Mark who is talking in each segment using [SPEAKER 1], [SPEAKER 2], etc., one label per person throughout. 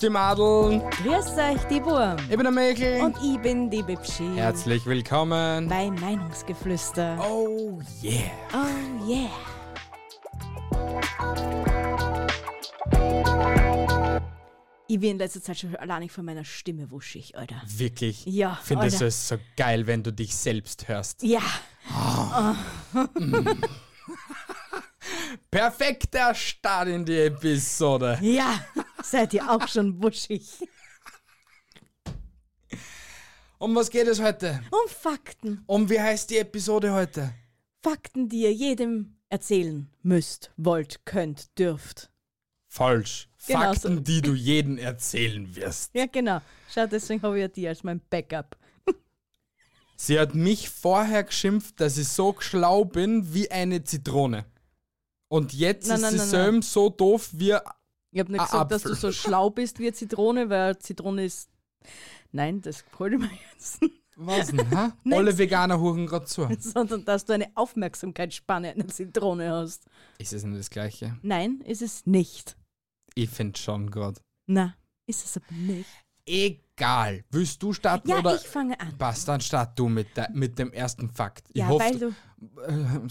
[SPEAKER 1] die Madeln.
[SPEAKER 2] Grüß euch, die Wurm.
[SPEAKER 1] Ich bin der Mäkel.
[SPEAKER 2] Und ich bin die Bibschi.
[SPEAKER 1] Herzlich willkommen.
[SPEAKER 2] Bei Meinungsgeflüster.
[SPEAKER 1] Oh yeah.
[SPEAKER 2] Oh yeah. Ich bin in letzter Zeit schon allein von meiner Stimme wuschig, Alter.
[SPEAKER 1] Wirklich.
[SPEAKER 2] Ja,
[SPEAKER 1] Finde es
[SPEAKER 2] Alter.
[SPEAKER 1] ist so geil, wenn du dich selbst hörst.
[SPEAKER 2] Ja,
[SPEAKER 1] Perfekter Start in die Episode.
[SPEAKER 2] ja. Seid ihr auch schon wuschig?
[SPEAKER 1] Um was geht es heute?
[SPEAKER 2] Um Fakten.
[SPEAKER 1] Um wie heißt die Episode heute?
[SPEAKER 2] Fakten, die ihr jedem erzählen müsst, wollt, könnt, dürft.
[SPEAKER 1] Falsch.
[SPEAKER 2] Genau
[SPEAKER 1] Fakten,
[SPEAKER 2] so.
[SPEAKER 1] die du jeden erzählen wirst.
[SPEAKER 2] Ja, genau. Schau, deswegen habe ich ja die als mein Backup.
[SPEAKER 1] Sie hat mich vorher geschimpft, dass ich so schlau bin wie eine Zitrone. Und jetzt
[SPEAKER 2] Nein,
[SPEAKER 1] ist
[SPEAKER 2] nein,
[SPEAKER 1] sie
[SPEAKER 2] nein,
[SPEAKER 1] selben so doof wie.
[SPEAKER 2] Ich habe nicht
[SPEAKER 1] Ein
[SPEAKER 2] gesagt, dass
[SPEAKER 1] Apfel.
[SPEAKER 2] du so schlau bist wie eine Zitrone, weil eine Zitrone ist. Nein, das wollte ich mir jetzt nicht.
[SPEAKER 1] Was denn, hä? Alle Veganer huren gerade zu.
[SPEAKER 2] Sondern dass du eine Aufmerksamkeitsspanne einer Zitrone hast.
[SPEAKER 1] Ist es nicht das Gleiche?
[SPEAKER 2] Nein, ist es nicht.
[SPEAKER 1] Ich finde schon gerade.
[SPEAKER 2] Na, ist es aber nicht.
[SPEAKER 1] Egal. Willst du starten
[SPEAKER 2] Ja,
[SPEAKER 1] oder.
[SPEAKER 2] ich fange an.
[SPEAKER 1] Passt, dann start du mit, de mit dem ersten Fakt. Ich
[SPEAKER 2] Ja,
[SPEAKER 1] hoff-
[SPEAKER 2] weil du.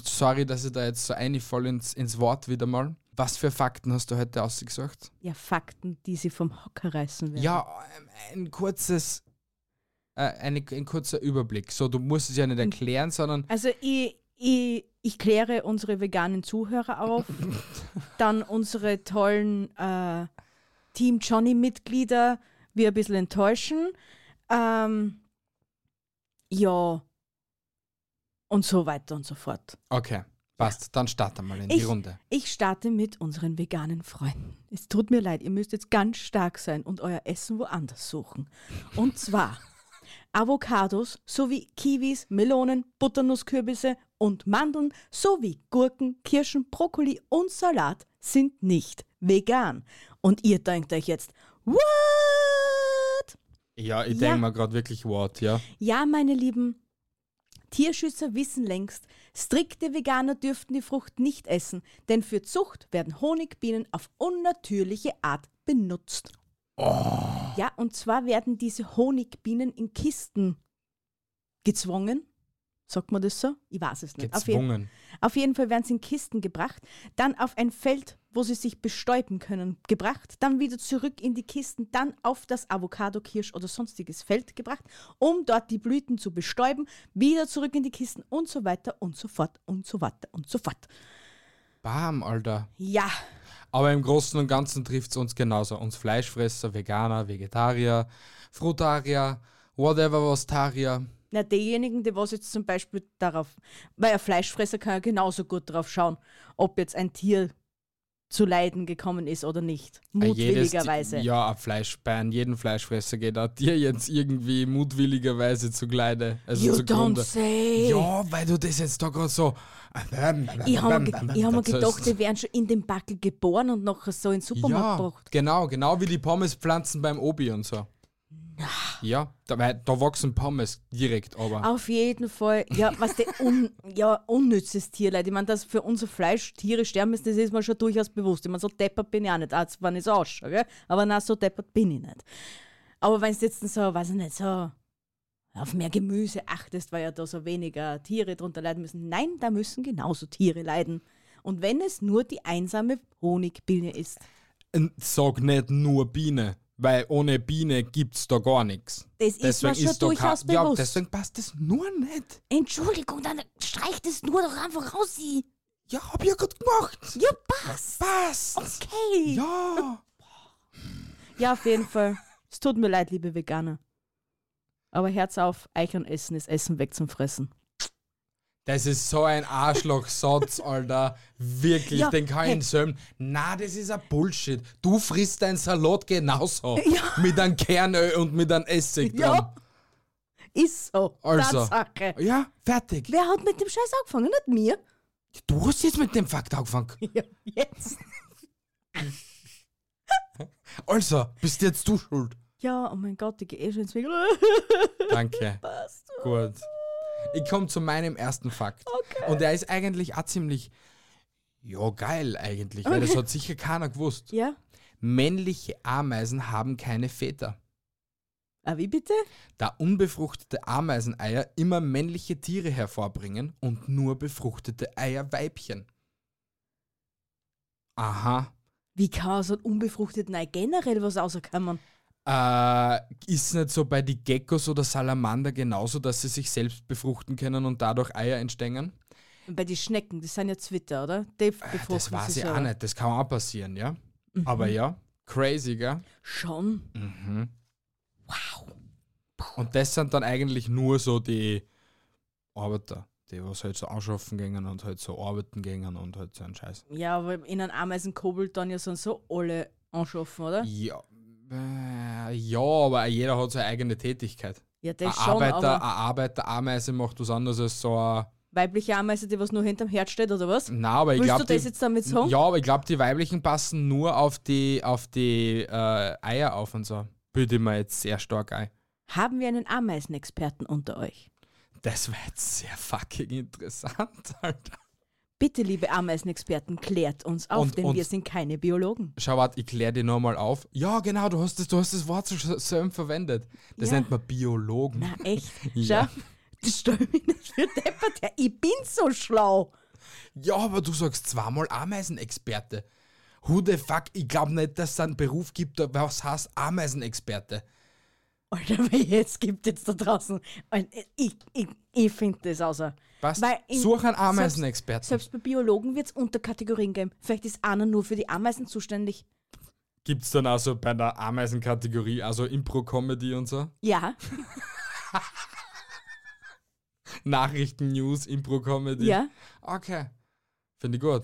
[SPEAKER 1] Sorry, dass ich da jetzt so eine voll ins, ins Wort wieder mal. Was für Fakten hast du heute ausgesucht?
[SPEAKER 2] Ja, Fakten, die sie vom Hocker reißen werden.
[SPEAKER 1] Ja, ähm, ein kurzes, äh, eine, ein kurzer Überblick. So, du musst es ja
[SPEAKER 2] Hm.
[SPEAKER 1] nicht erklären, sondern
[SPEAKER 2] Also ich, ich, ich kläre unsere veganen Zuhörer auf, dann unsere tollen äh, Team Johnny-Mitglieder wir ein bisschen enttäuschen. Ähm, ja. Und so weiter und so fort.
[SPEAKER 1] okay, passt. Dann starten wir mal in die
[SPEAKER 2] Ich,
[SPEAKER 1] Runde.
[SPEAKER 2] ich starte mit unseren veganen Freunden. Es tut mir leid, ihr müsst jetzt ganz stark sein und euer Essen woanders suchen. Und zwar Avocados sowie Kiwis, Melonen, Butternusskürbisse und Mandeln sowie Gurken, Kirschen, Brokkoli und Salat sind nicht vegan. Und ihr denkt euch jetzt, what?
[SPEAKER 1] Ja, ich
[SPEAKER 2] Ja.
[SPEAKER 1] denke mir gerade wirklich Wort, ja.
[SPEAKER 2] Ja, meine Lieben, Tierschützer wissen längst, strikte Veganer dürften die Frucht nicht essen, denn für Zucht werden Honigbienen auf unnatürliche Art benutzt. Ja, und zwar werden diese Honigbienen in Kisten gezwungen. Sagt man das so? Ich weiß es nicht. Auf jeden-
[SPEAKER 1] Gezwungen.
[SPEAKER 2] auf jeden Fall werden sie in Kisten gebracht, dann auf ein Feld, wo sie sich bestäuben können, gebracht, dann wieder zurück in die Kisten, dann auf das Avocado, Kirsch oder sonstiges Feld gebracht, um dort die Blüten zu bestäuben, wieder zurück in die Kisten und so weiter und so fort und so weiter und so fort.
[SPEAKER 1] Bam, Alter.
[SPEAKER 2] Ja,
[SPEAKER 1] Aber im Großen und Ganzen trifft es uns genauso. Uns Fleischfresser, Veganer, Vegetarier, Frutarier, whatever was Tarier.
[SPEAKER 2] na diejenigen, die was jetzt zum Beispiel darauf, weil ein Fleischfresser kann ja genauso gut darauf schauen, ob jetzt ein Tier zu Leiden gekommen ist oder nicht,
[SPEAKER 1] Ein Ah, Äh, jedes Ti-
[SPEAKER 2] mutwilligerweise.
[SPEAKER 1] Ja, ein Fleischbein. Jeden Fleischfresser geht auch dir jetzt irgendwie mutwilligerweise zugleide. Also
[SPEAKER 2] You
[SPEAKER 1] zugrunde.
[SPEAKER 2] don't say.
[SPEAKER 1] Ja, weil du das jetzt da gerade so.
[SPEAKER 2] Ich habe mir, ich hab mir gedacht, die wären schon in dem Backel geboren und nachher so in den
[SPEAKER 1] ja,
[SPEAKER 2] Supermarkt gebracht.
[SPEAKER 1] genau, genau wie die Pommespflanzen beim Obi und so. Ja, da, weil da wachsen Pommes direkt, aber.
[SPEAKER 2] Auf jeden Fall, ja, was der un, ja, unnützes Tierleid. Ich meine, dass für unser Fleisch Tiere sterben müssen, das ist mir schon durchaus bewusst. Ich meine, so deppert bin ich auch nicht, als wenn ich so ausschaue, gell? aber nein, so deppert bin ich nicht. Aber wenn du jetzt so, weiß ich nicht, so auf mehr Gemüse achtest, weil ja da so weniger Tiere drunter leiden müssen. Nein, da müssen genauso Tiere leiden. Und wenn es nur die einsame Honigbiene ist.
[SPEAKER 1] N- Sag nicht nur Biene, weil ohne Biene gibt's da gar nichts.
[SPEAKER 2] Das ist mir schon durchaus
[SPEAKER 1] Ja,
[SPEAKER 2] bewusst.
[SPEAKER 1] deswegen passt das nur nicht.
[SPEAKER 2] Entschuldigung, dann streicht es nur doch einfach raus, sie.
[SPEAKER 1] Ja, hab ich ja gut gemacht.
[SPEAKER 2] Ja, passt.
[SPEAKER 1] Passt.
[SPEAKER 2] Okay. Ja.
[SPEAKER 1] Ja.
[SPEAKER 2] auf jeden Fall. Es tut mir leid, liebe Veganer. Aber Herz auf, Eichhorn essen ist Essen weg zum Fressen.
[SPEAKER 1] Das ist so ein Arschlochsatz, Alter. Wirklich,
[SPEAKER 2] Ja,
[SPEAKER 1] den kann ich
[SPEAKER 2] hey.
[SPEAKER 1] hey. sömmen. Na, das ist ein Bullshit. Du frisst dein Salat genauso.
[SPEAKER 2] Ja.
[SPEAKER 1] Mit einem Kernöl und mit einem Essig dran.
[SPEAKER 2] Ist so.
[SPEAKER 1] Also.
[SPEAKER 2] Tatsache.
[SPEAKER 1] Ja, fertig.
[SPEAKER 2] Wer hat mit dem Scheiß angefangen? Nicht mir.
[SPEAKER 1] Du hast jetzt mit dem Fakt angefangen.
[SPEAKER 2] Ja, jetzt.
[SPEAKER 1] Also, bist jetzt du schuld. Ja,
[SPEAKER 2] oh mein Gott, ich gehe eh schon ins Winkel.
[SPEAKER 1] Danke. Gut. Ich komme zu meinem ersten Fakt. Und der ist eigentlich auch ziemlich, ja geil eigentlich, weil das hat sicher keiner gewusst.
[SPEAKER 2] Ja?
[SPEAKER 1] Männliche Ameisen haben keine Väter.
[SPEAKER 2] Ah, wie bitte?
[SPEAKER 1] Da unbefruchtete Ameiseneier immer männliche Tiere hervorbringen und nur befruchtete Eier Weibchen. Aha.
[SPEAKER 2] Wie kann aus einem unbefruchteten Ei generell was rauskommen?
[SPEAKER 1] Äh, ist nicht so bei die Geckos oder Salamander genauso, dass sie sich selbst befruchten können und dadurch Eier entstehen?
[SPEAKER 2] Und Bei den Schnecken, das sind ja Zwitter, oder? Die befruchten
[SPEAKER 1] Ah, Das weiß
[SPEAKER 2] sich
[SPEAKER 1] ich auch
[SPEAKER 2] selber.
[SPEAKER 1] nicht, das kann auch passieren, ja?
[SPEAKER 2] Mhm.
[SPEAKER 1] Aber ja, crazy, gell?
[SPEAKER 2] Schon.
[SPEAKER 1] Und das sind dann eigentlich nur so die Arbeiter, die was halt so anschaffen gingen und halt so arbeiten gingen und halt so einen Scheiß.
[SPEAKER 2] Ja, aber in einem Ameisenkobel dann ja sonst so alle anschaffen, oder?
[SPEAKER 1] Ja, äh, ja, aber jeder hat seine eigene Tätigkeit.
[SPEAKER 2] Ja,
[SPEAKER 1] Ein
[SPEAKER 2] das schon,
[SPEAKER 1] Arbeiter,
[SPEAKER 2] aber
[SPEAKER 1] eine Arbeiterameise macht was anderes als so ein.
[SPEAKER 2] weibliche Ameise, die was nur hinterm Herd steht, oder was?
[SPEAKER 1] Nein, aber ich
[SPEAKER 2] Willst
[SPEAKER 1] glaube.
[SPEAKER 2] du das jetzt damit sagen?
[SPEAKER 1] Ja, aber ich glaube, die weiblichen passen nur auf die, auf die äh, Eier auf und so. Bilde ich mir jetzt sehr stark ein.
[SPEAKER 2] Haben wir einen Ameisenexperten unter euch?
[SPEAKER 1] Das war jetzt sehr fucking interessant, Alter.
[SPEAKER 2] Bitte, liebe Ameisenexperten, klärt uns auf,
[SPEAKER 1] Und-
[SPEAKER 2] denn
[SPEAKER 1] und-
[SPEAKER 2] wir sind keine Biologen.
[SPEAKER 1] Schau, warte, ich kläre dir nochmal auf. Ja, genau, du hast das, du hast das Wort so schön verwendet. Das
[SPEAKER 2] Ja.
[SPEAKER 1] nennt man Biologen.
[SPEAKER 2] Na echt?
[SPEAKER 1] Ja.
[SPEAKER 2] Schau, das stell mich nicht für deppert her. Ich bin so schlau.
[SPEAKER 1] Ja, aber du sagst zweimal Ameisenexperte. Who the fuck? Ich glaube nicht, dass es einen Beruf gibt, der was heißt Ameisenexperte.
[SPEAKER 2] Alter, weil jetzt gibt jetzt da draußen. ein- Ich, ich, ich finde das außer.
[SPEAKER 1] Was?
[SPEAKER 2] Weil in-
[SPEAKER 1] Such einen
[SPEAKER 2] selbst-
[SPEAKER 1] Ameisenexperten.
[SPEAKER 2] Selbst bei Biologen wird es Unterkategorien geben. Vielleicht ist einer nur für die Ameisen zuständig.
[SPEAKER 1] Gibt es dann also bei der Ameisenkategorie, also Impro-Comedy und so?
[SPEAKER 2] Ja,
[SPEAKER 1] Nachrichten, News, Impro-Comedy?
[SPEAKER 2] ja.
[SPEAKER 1] Okay. Finde ich gut.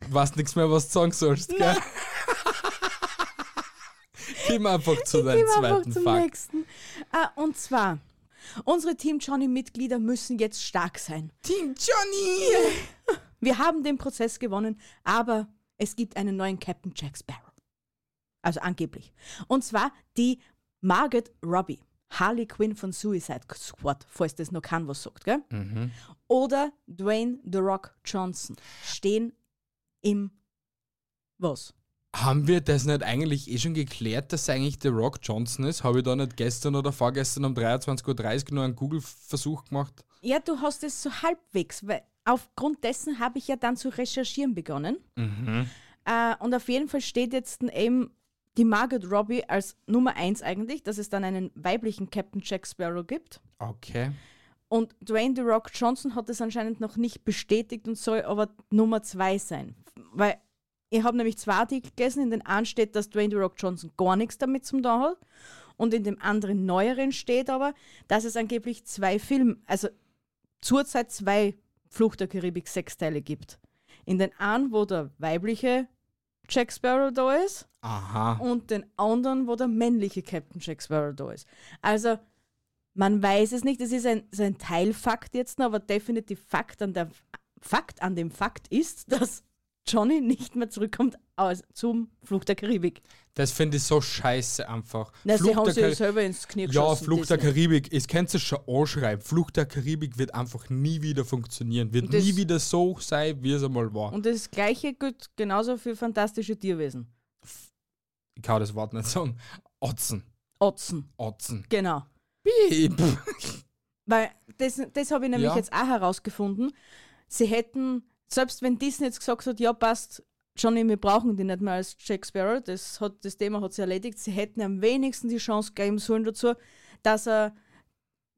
[SPEAKER 1] Du weißt nichts mehr, was du sagen sollst, gell? Geh mal einfach zu deinem
[SPEAKER 2] Gehen wir einfach
[SPEAKER 1] zweiten
[SPEAKER 2] zum
[SPEAKER 1] Fakt.
[SPEAKER 2] nächsten. Ah, und zwar, unsere Team Johnny-Mitglieder müssen jetzt stark sein.
[SPEAKER 1] Team Johnny!
[SPEAKER 2] Wir haben den Prozess gewonnen, aber es gibt einen neuen Captain Jack Sparrow. Also angeblich. Und zwar die Margaret Robbie, Harley Quinn von Suicide Squad, falls das noch kann, was sagt, gell? Oder Dwayne The Rock Johnson stehen im was?
[SPEAKER 1] Haben wir das nicht eigentlich eh schon geklärt, dass er eigentlich The Rock Johnson ist? Habe ich da nicht gestern oder vorgestern um 23.30 Uhr noch einen Google-Versuch gemacht?
[SPEAKER 2] Ja, du hast es so halbwegs, weil aufgrund dessen habe ich ja dann zu recherchieren begonnen. Äh, und auf jeden Fall steht jetzt eben die Margaret Robbie als Nummer 1 eigentlich, dass es dann einen weiblichen Captain Jack Sparrow gibt.
[SPEAKER 1] Okay.
[SPEAKER 2] Und Dwayne The Rock Johnson hat es anscheinend noch nicht bestätigt und soll aber Nummer 2 sein. Weil ich habe nämlich zwei Artikel gelesen, in dem einen steht, dass Dwayne The Rock Johnson gar nichts damit zum tun hat. Und in dem anderen neueren steht aber, dass es angeblich zwei Filme, also zurzeit zwei Flucht der Karibik Sechsteile gibt. In den einen, wo der weibliche Jack Sparrow da ist
[SPEAKER 1] Aha.
[SPEAKER 2] und den anderen, wo der männliche Captain Jack Sparrow da ist. Also, man weiß es nicht, es ist ein, so ein Teilfakt jetzt noch, aber definitiv Fakt an, der, Fakt an dem Fakt ist, dass Johnny nicht mehr zurückkommt aus, zum Flug der Karibik.
[SPEAKER 1] Das finde ich so scheiße einfach.
[SPEAKER 2] Na, sie
[SPEAKER 1] Fluch
[SPEAKER 2] haben
[SPEAKER 1] der
[SPEAKER 2] sich ja
[SPEAKER 1] Kar-
[SPEAKER 2] selber ins Knie
[SPEAKER 1] ja,
[SPEAKER 2] geschossen.
[SPEAKER 1] Fluch der
[SPEAKER 2] Disney.
[SPEAKER 1] Karibik, es könnt ihr schon anschreiben. Fluch der Karibik wird einfach nie wieder funktionieren. Wird
[SPEAKER 2] Das-
[SPEAKER 1] nie wieder so sein, wie es einmal war.
[SPEAKER 2] Und das Gleiche gilt genauso für fantastische Tierwesen.
[SPEAKER 1] ich kann das Wort nicht sagen. Otzen.
[SPEAKER 2] Otzen,
[SPEAKER 1] Otzen.
[SPEAKER 2] genau.
[SPEAKER 1] Piep.
[SPEAKER 2] Weil das, das habe ich nämlich
[SPEAKER 1] Ja.
[SPEAKER 2] jetzt auch herausgefunden. Sie hätten, selbst wenn Disney jetzt gesagt hat, ja passt, Johnny, wir brauchen die nicht mehr als Jack Sparrow, das, hat, das Thema hat sie erledigt, sie hätten am wenigsten die Chance geben sollen dazu, dass er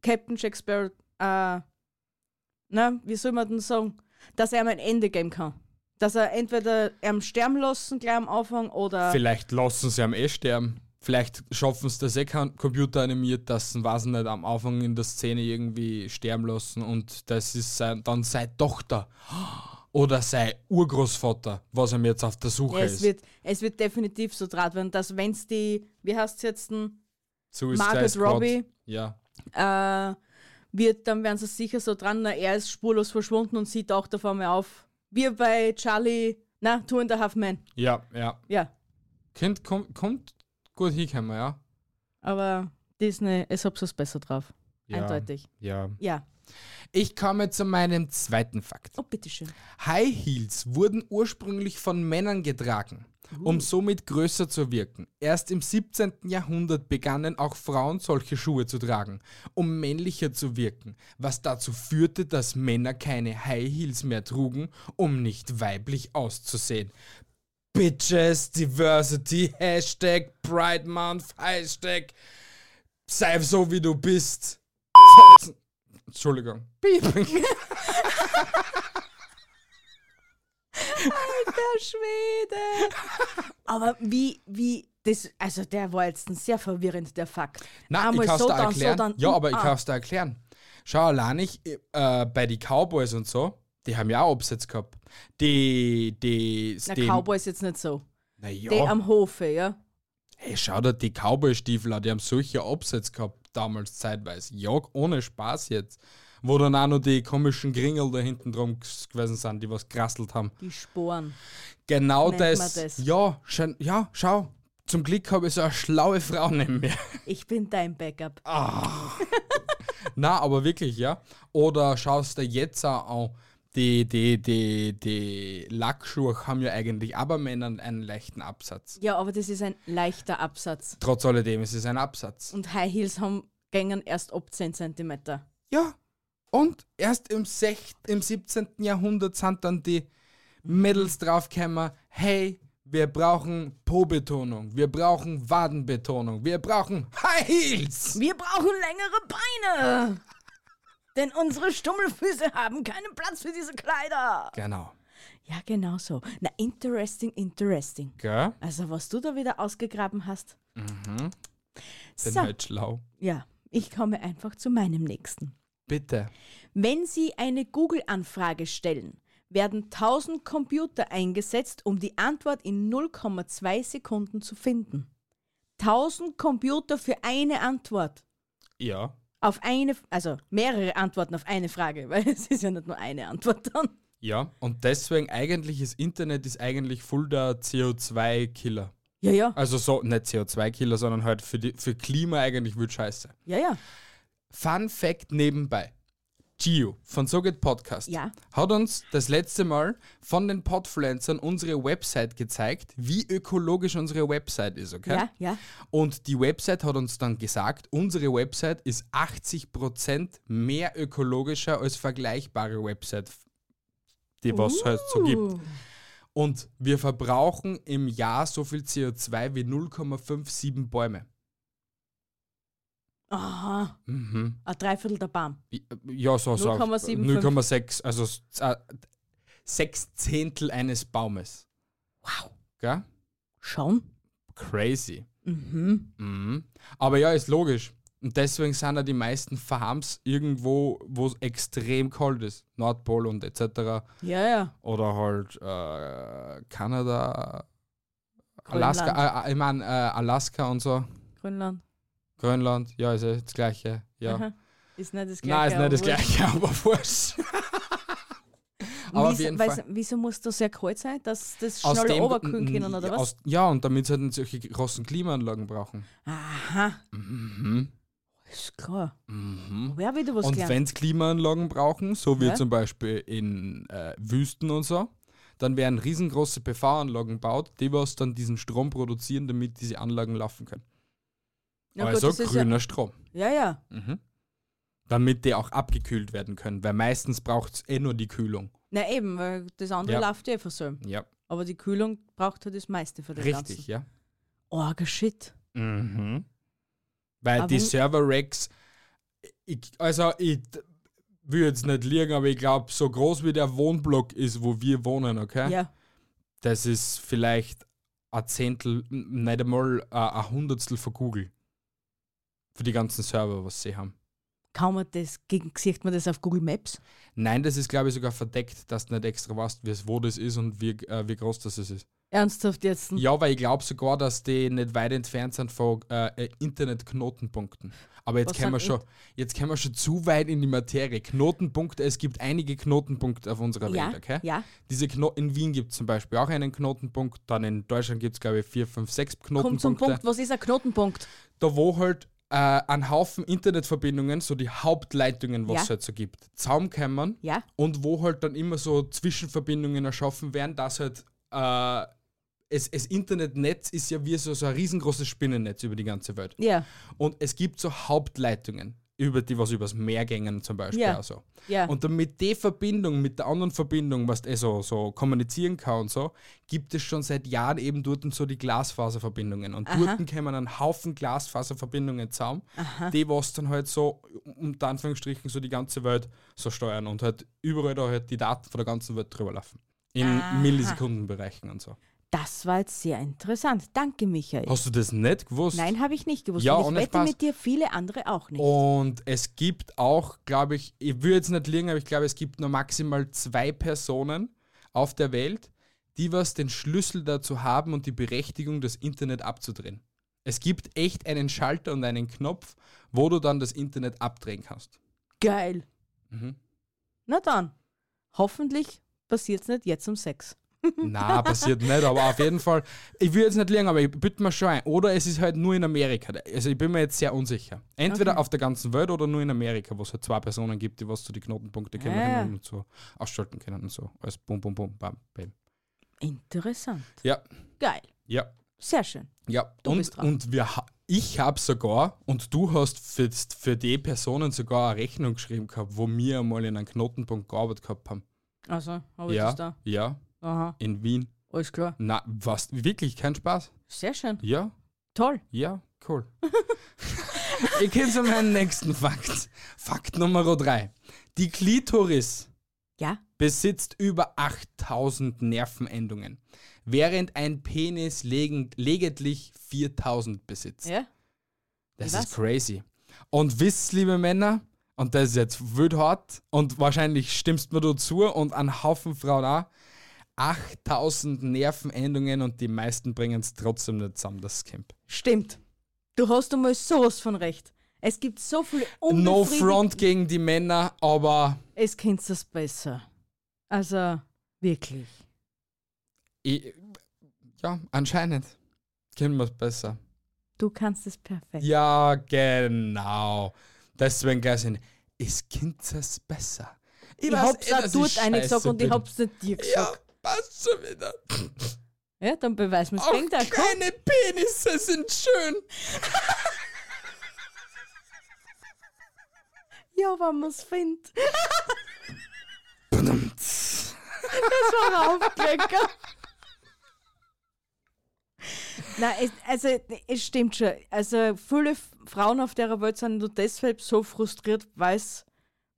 [SPEAKER 2] Captain Jack Sparrow, äh, na, wie soll man denn sagen, dass er ihm ein Ende geben kann. Dass er entweder am sterben lassen gleich am Anfang oder
[SPEAKER 1] Vielleicht lassen sie am eh sterben. Vielleicht schaffen sie das eh kein Computer animiert, dass sie, weiß ich nicht, am Anfang in der Szene irgendwie sterben lassen und das ist sein, dann seine Tochter oder sein Urgroßvater, was ihm jetzt auf der Suche
[SPEAKER 2] Ja, es,
[SPEAKER 1] ist.
[SPEAKER 2] wird, es wird definitiv so draht werden, dass wenn es die, wie heißt es jetzt, denn,
[SPEAKER 1] Suicide
[SPEAKER 2] Margot
[SPEAKER 1] Squad.
[SPEAKER 2] Robbie.
[SPEAKER 1] Ja.
[SPEAKER 2] äh, wird, dann wären sie sicher so dran, na, er ist spurlos verschwunden und sie taucht auf einmal auf. Wir bei Charlie, na, Two and a Half Men.
[SPEAKER 1] Ja, ja.
[SPEAKER 2] Ja,
[SPEAKER 1] Kind kommt, kommt gut hinkommen, ja.
[SPEAKER 2] aber Disney, es hab's was besser drauf.
[SPEAKER 1] ja.
[SPEAKER 2] Eindeutig.
[SPEAKER 1] Ja.
[SPEAKER 2] Ja.
[SPEAKER 1] Ich komme zu meinem zweiten Fakt.
[SPEAKER 2] Oh, bitteschön.
[SPEAKER 1] High Heels wurden ursprünglich von Männern getragen. um somit größer zu wirken. Erst im 17. Jahrhundert begannen auch Frauen solche Schuhe zu tragen, um männlicher zu wirken, was dazu führte, dass Männer keine High Heels mehr trugen, um nicht weiblich auszusehen. Bitches, Diversity, Hashtag, Pride Month, Hashtag, sei so wie du bist. Entschuldigung. Piep.
[SPEAKER 2] Alter Schwede! Aber wie, wie, das, also der war jetzt ein sehr verwirrend, der Fakt.
[SPEAKER 1] Na, ich
[SPEAKER 2] Einmal
[SPEAKER 1] kann es
[SPEAKER 2] so,
[SPEAKER 1] da
[SPEAKER 2] dann so,
[SPEAKER 1] erklären.
[SPEAKER 2] dann-
[SPEAKER 1] ja, aber ich
[SPEAKER 2] ah.
[SPEAKER 1] kann es da erklären. Schau, allein ich, äh, bei den Cowboys und so, die haben ja auch Absatz gehabt. Die, die,
[SPEAKER 2] Na,
[SPEAKER 1] den-
[SPEAKER 2] Cowboy ist jetzt nicht so.
[SPEAKER 1] na
[SPEAKER 2] Die
[SPEAKER 1] ja,
[SPEAKER 2] am Hofe, ja.
[SPEAKER 1] ey, schau dir die Cowboy-Stiefel an, die haben solche Absätze gehabt, damals zeitweise. Ja, ohne Spaß jetzt. Wo dann auch noch die komischen Kringel da hinten drum ges- gewesen sind, die was gerasselt haben.
[SPEAKER 2] Die Sporen.
[SPEAKER 1] Genau
[SPEAKER 2] Nennt man
[SPEAKER 1] das.
[SPEAKER 2] das?
[SPEAKER 1] Ja, schein, ja, schau. Zum Glück habe ich so eine schlaue Frau neben mir.
[SPEAKER 2] Ich bin dein Backup.
[SPEAKER 1] Na, aber wirklich, ja. Oder schaust du jetzt auch an, die, die, die, die Lackschuhe haben ja eigentlich aber Männern einen leichten Absatz.
[SPEAKER 2] Ja, aber das ist ein leichter Absatz.
[SPEAKER 1] Trotz alledem ist es ein Absatz.
[SPEAKER 2] Und High Heels haben gängen erst ab 10 cm.
[SPEAKER 1] Ja. Und erst im, sech im 17. Jahrhundert sind dann die Mädels draufgekommen, hey, wir brauchen Po-Betonung, wir brauchen Wadenbetonung, wir brauchen High Heels.
[SPEAKER 2] Wir brauchen längere Beine! Denn unsere Stummelfüße haben keinen Platz für diese Kleider.
[SPEAKER 1] Genau.
[SPEAKER 2] Ja, genau so. Na, interesting, interesting.
[SPEAKER 1] Gell?
[SPEAKER 2] Also, was du da wieder ausgegraben hast.
[SPEAKER 1] Bin
[SPEAKER 2] So,
[SPEAKER 1] halt schlau.
[SPEAKER 2] ja, ich komme einfach zu meinem nächsten.
[SPEAKER 1] Bitte.
[SPEAKER 2] Wenn Sie eine Google-Anfrage stellen, werden 1000 Computer eingesetzt, um die Antwort in 0,2 Sekunden zu finden. 1000 Computer für eine Antwort.
[SPEAKER 1] Ja.
[SPEAKER 2] Auf eine, also mehrere Antworten auf eine Frage, weil es ist ja nicht nur eine Antwort dann.
[SPEAKER 1] Ja, und deswegen eigentlich das Internet ist eigentlich voll der CO2-Killer.
[SPEAKER 2] Ja, ja,
[SPEAKER 1] Also so, nicht CO2-Killer, sondern halt für, die, für Klima eigentlich wird scheiße.
[SPEAKER 2] ja, ja.
[SPEAKER 1] Fun Fact nebenbei. Gio von So geht Podcast
[SPEAKER 2] Ja.
[SPEAKER 1] hat uns das letzte Mal von den Podfluencern unsere Website gezeigt, wie ökologisch unsere Website ist, okay?
[SPEAKER 2] Ja, ja.
[SPEAKER 1] Und die Website hat uns dann gesagt, unsere Website ist 80% mehr ökologischer als vergleichbare Website, die was es halt so gibt.
[SPEAKER 2] Uh,
[SPEAKER 1] Und wir verbrauchen im Jahr so viel CO2 wie 0,57 Bäume.
[SPEAKER 2] Aha,
[SPEAKER 1] Mhm.
[SPEAKER 2] ein Dreiviertel der Baum.
[SPEAKER 1] äh, Ja, so, so.
[SPEAKER 2] 0,75.
[SPEAKER 1] 0,6, also s- äh, sechs Zehntel eines Baumes.
[SPEAKER 2] Wow.
[SPEAKER 1] Gell?
[SPEAKER 2] Schauen.
[SPEAKER 1] Crazy.
[SPEAKER 2] Mhm.
[SPEAKER 1] Mhm. Aber ja, ist logisch. Und deswegen sind ja die meisten Farms irgendwo, wo es extrem kalt ist. Nordpol und etc.
[SPEAKER 2] Ja, ja.
[SPEAKER 1] Oder halt äh, Kanada, Alaska, äh, äh, ich meine äh, Alaska und so.
[SPEAKER 2] Grönland.
[SPEAKER 1] Grönland, ja, ist ja das Gleiche. Ja.
[SPEAKER 2] Aha. Ist nicht das gleiche.
[SPEAKER 1] Nein, ist nicht das
[SPEAKER 2] aber wurscht.
[SPEAKER 1] Gleiche, aber wurscht. aber auf
[SPEAKER 2] wieso,
[SPEAKER 1] jeden
[SPEAKER 2] weiß-
[SPEAKER 1] Fall.
[SPEAKER 2] wieso muss da sehr kalt sein, dass das schnell runterkühlen können, oder
[SPEAKER 1] ja,
[SPEAKER 2] was?
[SPEAKER 1] Aus, ja, und damit sie halt nicht solche großen Klimaanlagen brauchen.
[SPEAKER 2] Aha,
[SPEAKER 1] Mhm.
[SPEAKER 2] ist klar.
[SPEAKER 1] Mhm.
[SPEAKER 2] Wer wieder was
[SPEAKER 1] Und
[SPEAKER 2] gelernt?
[SPEAKER 1] wenn es Klimaanlagen brauchen, so wie
[SPEAKER 2] Ja.
[SPEAKER 1] zum Beispiel in äh, Wüsten und so, dann werden riesengroße PV-Anlagen gebaut, die was dann diesen Strom produzieren, damit diese Anlagen laufen können.
[SPEAKER 2] Ja, gut,
[SPEAKER 1] also
[SPEAKER 2] das ist
[SPEAKER 1] grüner Strom.
[SPEAKER 2] Ja, ja, ja.
[SPEAKER 1] Mhm. Damit die auch abgekühlt werden können, weil meistens braucht es eh nur die Kühlung.
[SPEAKER 2] Na eben, weil das andere
[SPEAKER 1] Ja.
[SPEAKER 2] läuft ja eh von selber.
[SPEAKER 1] Ja,
[SPEAKER 2] Aber die Kühlung braucht halt das meiste für den
[SPEAKER 1] richtig, ja.
[SPEAKER 2] Orga Shit.
[SPEAKER 1] Mhm. Weil
[SPEAKER 2] Aber
[SPEAKER 1] die
[SPEAKER 2] wo-
[SPEAKER 1] Server-Racks, ich, also ich will jetzt nicht liegen, aber ich glaube, so groß wie der Wohnblock ist, wo wir wohnen, okay?
[SPEAKER 2] Ja.
[SPEAKER 1] Das ist vielleicht ein Zehntel, n- nicht einmal äh, ein Hundertstel von Google. Für die ganzen Server, was sie haben.
[SPEAKER 2] Kann man das, gegen- sieht man das auf Google Maps?
[SPEAKER 1] Nein, das ist, glaube ich, sogar verdeckt, dass du nicht extra weißt, wie es- wo das ist und wie, äh, wie groß das ist.
[SPEAKER 2] Ernsthaft jetzt?
[SPEAKER 1] Ja, weil ich glaube sogar, dass die nicht weit entfernt sind von äh, äh, Internetknotenpunkten. Aber jetzt
[SPEAKER 2] Was
[SPEAKER 1] können, wir
[SPEAKER 2] sind
[SPEAKER 1] schon, jetzt können wir schon zu weit in die Materie. Knotenpunkte, es gibt einige Knotenpunkte auf unserer
[SPEAKER 2] ja,
[SPEAKER 1] Welt, okay?
[SPEAKER 2] ja.
[SPEAKER 1] Diese Kno in Wien gibt es zum Beispiel auch einen Knotenpunkt, dann in Deutschland gibt es, glaube ich, vier, fünf, sechs
[SPEAKER 2] Komm
[SPEAKER 1] Knotenpunkte.
[SPEAKER 2] zum Punkt, was ist ein Knotenpunkt?
[SPEAKER 1] Da wo halt äh, ein Haufen Internetverbindungen, so die Hauptleitungen, was
[SPEAKER 2] Ja.
[SPEAKER 1] es halt so gibt, zusammenkommen
[SPEAKER 2] Ja,
[SPEAKER 1] und wo halt dann immer so Zwischenverbindungen erschaffen werden, dass halt äh, es, es Internetnetz ist ja wie so, so ein riesengroßes Spinnennetz über die ganze Welt.
[SPEAKER 2] Ja,
[SPEAKER 1] Und es gibt so Hauptleitungen, über die was übers Meer gängen zum Beispiel.
[SPEAKER 2] Ja.
[SPEAKER 1] auch so.
[SPEAKER 2] ja.
[SPEAKER 1] Und damit die Verbindung mit der anderen Verbindung, was eh so, so kommunizieren kann und so, gibt es schon seit Jahren eben dort so die Glasfaserverbindungen. Und
[SPEAKER 2] Aha.
[SPEAKER 1] dort kämen einen Haufen Glasfaserverbindungen zusammen, die was dann halt so, unter Anführungsstrichen, so die ganze Welt so steuern und halt überall da halt die Daten von der ganzen Welt drüber laufen. In
[SPEAKER 2] Aha.
[SPEAKER 1] Millisekundenbereichen und so.
[SPEAKER 2] das war jetzt sehr interessant. Danke, Michael.
[SPEAKER 1] Hast du das nicht gewusst?
[SPEAKER 2] Nein, habe ich nicht gewusst.
[SPEAKER 1] Ja,
[SPEAKER 2] und ich
[SPEAKER 1] ohne
[SPEAKER 2] wette
[SPEAKER 1] Spaß.
[SPEAKER 2] mit dir viele andere auch nicht.
[SPEAKER 1] Und es gibt auch, glaube ich, ich will jetzt nicht liegen, aber ich glaube, es gibt nur maximal zwei Personen auf der Welt, die was den Schlüssel dazu haben und die Berechtigung, das Internet abzudrehen. Es gibt echt einen Schalter und einen Knopf, wo du dann das Internet abdrehen kannst.
[SPEAKER 2] Geil.
[SPEAKER 1] Mhm.
[SPEAKER 2] Na dann, hoffentlich passiert es nicht jetzt um sechs.
[SPEAKER 1] Na, passiert nicht, aber auf jeden Fall, ich will jetzt nicht liegen, aber ich bitte mal schon ein. Oder es ist halt nur in Amerika. Also ich bin mir jetzt sehr unsicher. Entweder auf der ganzen Welt oder nur in Amerika, wo es halt zwei Personen gibt, die was zu die Knotenpunkte kennen
[SPEAKER 2] Ah.
[SPEAKER 1] und so ausschalten können und so. Alles bum, bum, bum, bam, bam.
[SPEAKER 2] Interessant.
[SPEAKER 1] Ja,
[SPEAKER 2] Geil.
[SPEAKER 1] ja,
[SPEAKER 2] Sehr schön.
[SPEAKER 1] ja.
[SPEAKER 2] Du
[SPEAKER 1] und
[SPEAKER 2] bist dran.
[SPEAKER 1] und wir, ha- ich habe sogar, und du hast für, für die Personen sogar eine Rechnung geschrieben gehabt, wo wir einmal in einem Knotenpunkt gearbeitet gehabt haben.
[SPEAKER 2] Also, habe ich das
[SPEAKER 1] ja,
[SPEAKER 2] da?
[SPEAKER 1] ja,
[SPEAKER 2] Aha,
[SPEAKER 1] in Wien.
[SPEAKER 2] alles klar.
[SPEAKER 1] Na, was, wirklich, kein Spaß.
[SPEAKER 2] Sehr schön.
[SPEAKER 1] Ja,
[SPEAKER 2] Toll.
[SPEAKER 1] Ja, cool. ich gehe zu meinem nächsten Fakt. Fakt Nummer 3. Die Klitoris
[SPEAKER 2] Ja,
[SPEAKER 1] besitzt über 8000 Nervenendungen, während ein Penis legen- lediglich 4000 besitzt.
[SPEAKER 2] ja.
[SPEAKER 1] Das
[SPEAKER 2] Was?
[SPEAKER 1] ist crazy. Und wisst, liebe Männer, und das ist jetzt wild hart, und wahrscheinlich stimmst mir du zu und ein Haufen Frauen auch, 8000 Nervenendungen und die meisten bringen es trotzdem nicht zusammen, das Camp.
[SPEAKER 2] Stimmt. Du hast einmal sowas von recht. Es gibt so viele
[SPEAKER 1] No
[SPEAKER 2] unbefriedigende...
[SPEAKER 1] front gegen die Männer, aber
[SPEAKER 2] Es kennt es besser. Also, wirklich.
[SPEAKER 1] ich, eh, ja, anscheinend können wir es besser.
[SPEAKER 2] Du kannst es perfekt.
[SPEAKER 1] Ja, genau. Deswegen gleich in, es kennt es besser.
[SPEAKER 2] ich
[SPEAKER 1] weiß
[SPEAKER 2] hab's
[SPEAKER 1] eh,
[SPEAKER 2] auch
[SPEAKER 1] dass
[SPEAKER 2] dort
[SPEAKER 1] ich
[SPEAKER 2] eine
[SPEAKER 1] scheiße
[SPEAKER 2] gesagt und ich
[SPEAKER 1] bin.
[SPEAKER 2] hab's nicht dir gesagt.
[SPEAKER 1] Ja, passt schon wieder.
[SPEAKER 2] Ja, dann beweis mir's
[SPEAKER 1] Auch
[SPEAKER 2] Gegenteil. Komm.
[SPEAKER 1] kleine Penisse sind schön.
[SPEAKER 2] Ja, wenn man's findet. Das war ein Aufklecker. Nein, es, also es stimmt schon. Also viele F- Frauen auf der Welt sind nur deshalb so frustriert, weil sie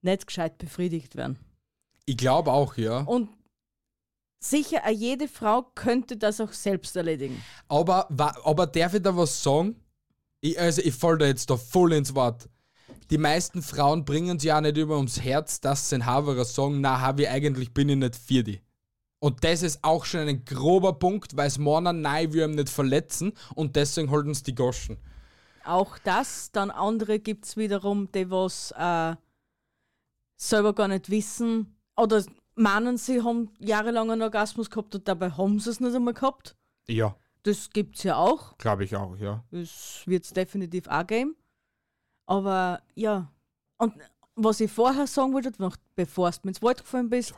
[SPEAKER 2] nicht gescheit befriedigt werden.
[SPEAKER 1] Ich glaube auch, ja.
[SPEAKER 2] Und sicher, eine jede Frau könnte das auch selbst erledigen.
[SPEAKER 1] Aber, wa- aber darf ich da was sagen? Ich, also ich fall da jetzt da voll ins Wort. Die meisten Frauen bringen es ja auch nicht über ums Herz, dass sie in Haverer sagen, na Havi, eigentlich bin ich nicht für die. Und das ist auch schon ein grober Punkt, weil es Männer, nein, wir ihn nicht verletzen und deswegen halten uns die Goschen.
[SPEAKER 2] Auch das, dann andere gibt es wiederum, die was äh, selber gar nicht wissen oder meinen, sie haben jahrelang einen Orgasmus gehabt und dabei haben sie es nicht einmal gehabt.
[SPEAKER 1] Ja,
[SPEAKER 2] Das gibt es ja auch.
[SPEAKER 1] glaube ich auch, ja.
[SPEAKER 2] Das wird es definitiv auch geben. Aber ja, und was ich vorher sagen wollte, noch bevor du mir ins Wort gefallen bist,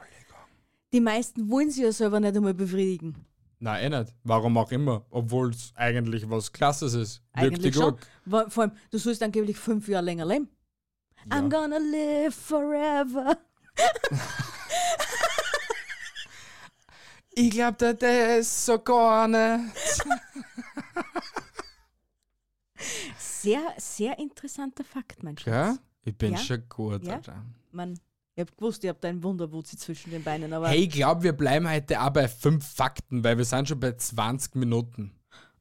[SPEAKER 2] die meisten wollen sie ja selber nicht einmal befriedigen.
[SPEAKER 1] Nein, eh nicht. Warum auch immer. Obwohl es eigentlich was Klasses ist. Wirklich
[SPEAKER 2] Eigentlich schon.
[SPEAKER 1] gut.
[SPEAKER 2] Wa- Vor allem, du sollst angeblich fünf Jahre länger leben.
[SPEAKER 1] Ja.
[SPEAKER 2] I'm gonna live forever.
[SPEAKER 1] Ich glaube, da das so gar nicht.
[SPEAKER 2] Sehr, sehr interessanter Fakt, mein Schatz.
[SPEAKER 1] Gell? Ich bin
[SPEAKER 2] Ja.
[SPEAKER 1] schon gut,
[SPEAKER 2] Ja.
[SPEAKER 1] Alter.
[SPEAKER 2] Man, ich hab gewusst, ich hab da einen Wunderwurzel zwischen den Beinen, aber
[SPEAKER 1] Hey, ich glaube, wir bleiben heute auch bei fünf Fakten, weil wir sind schon bei 20 Minuten.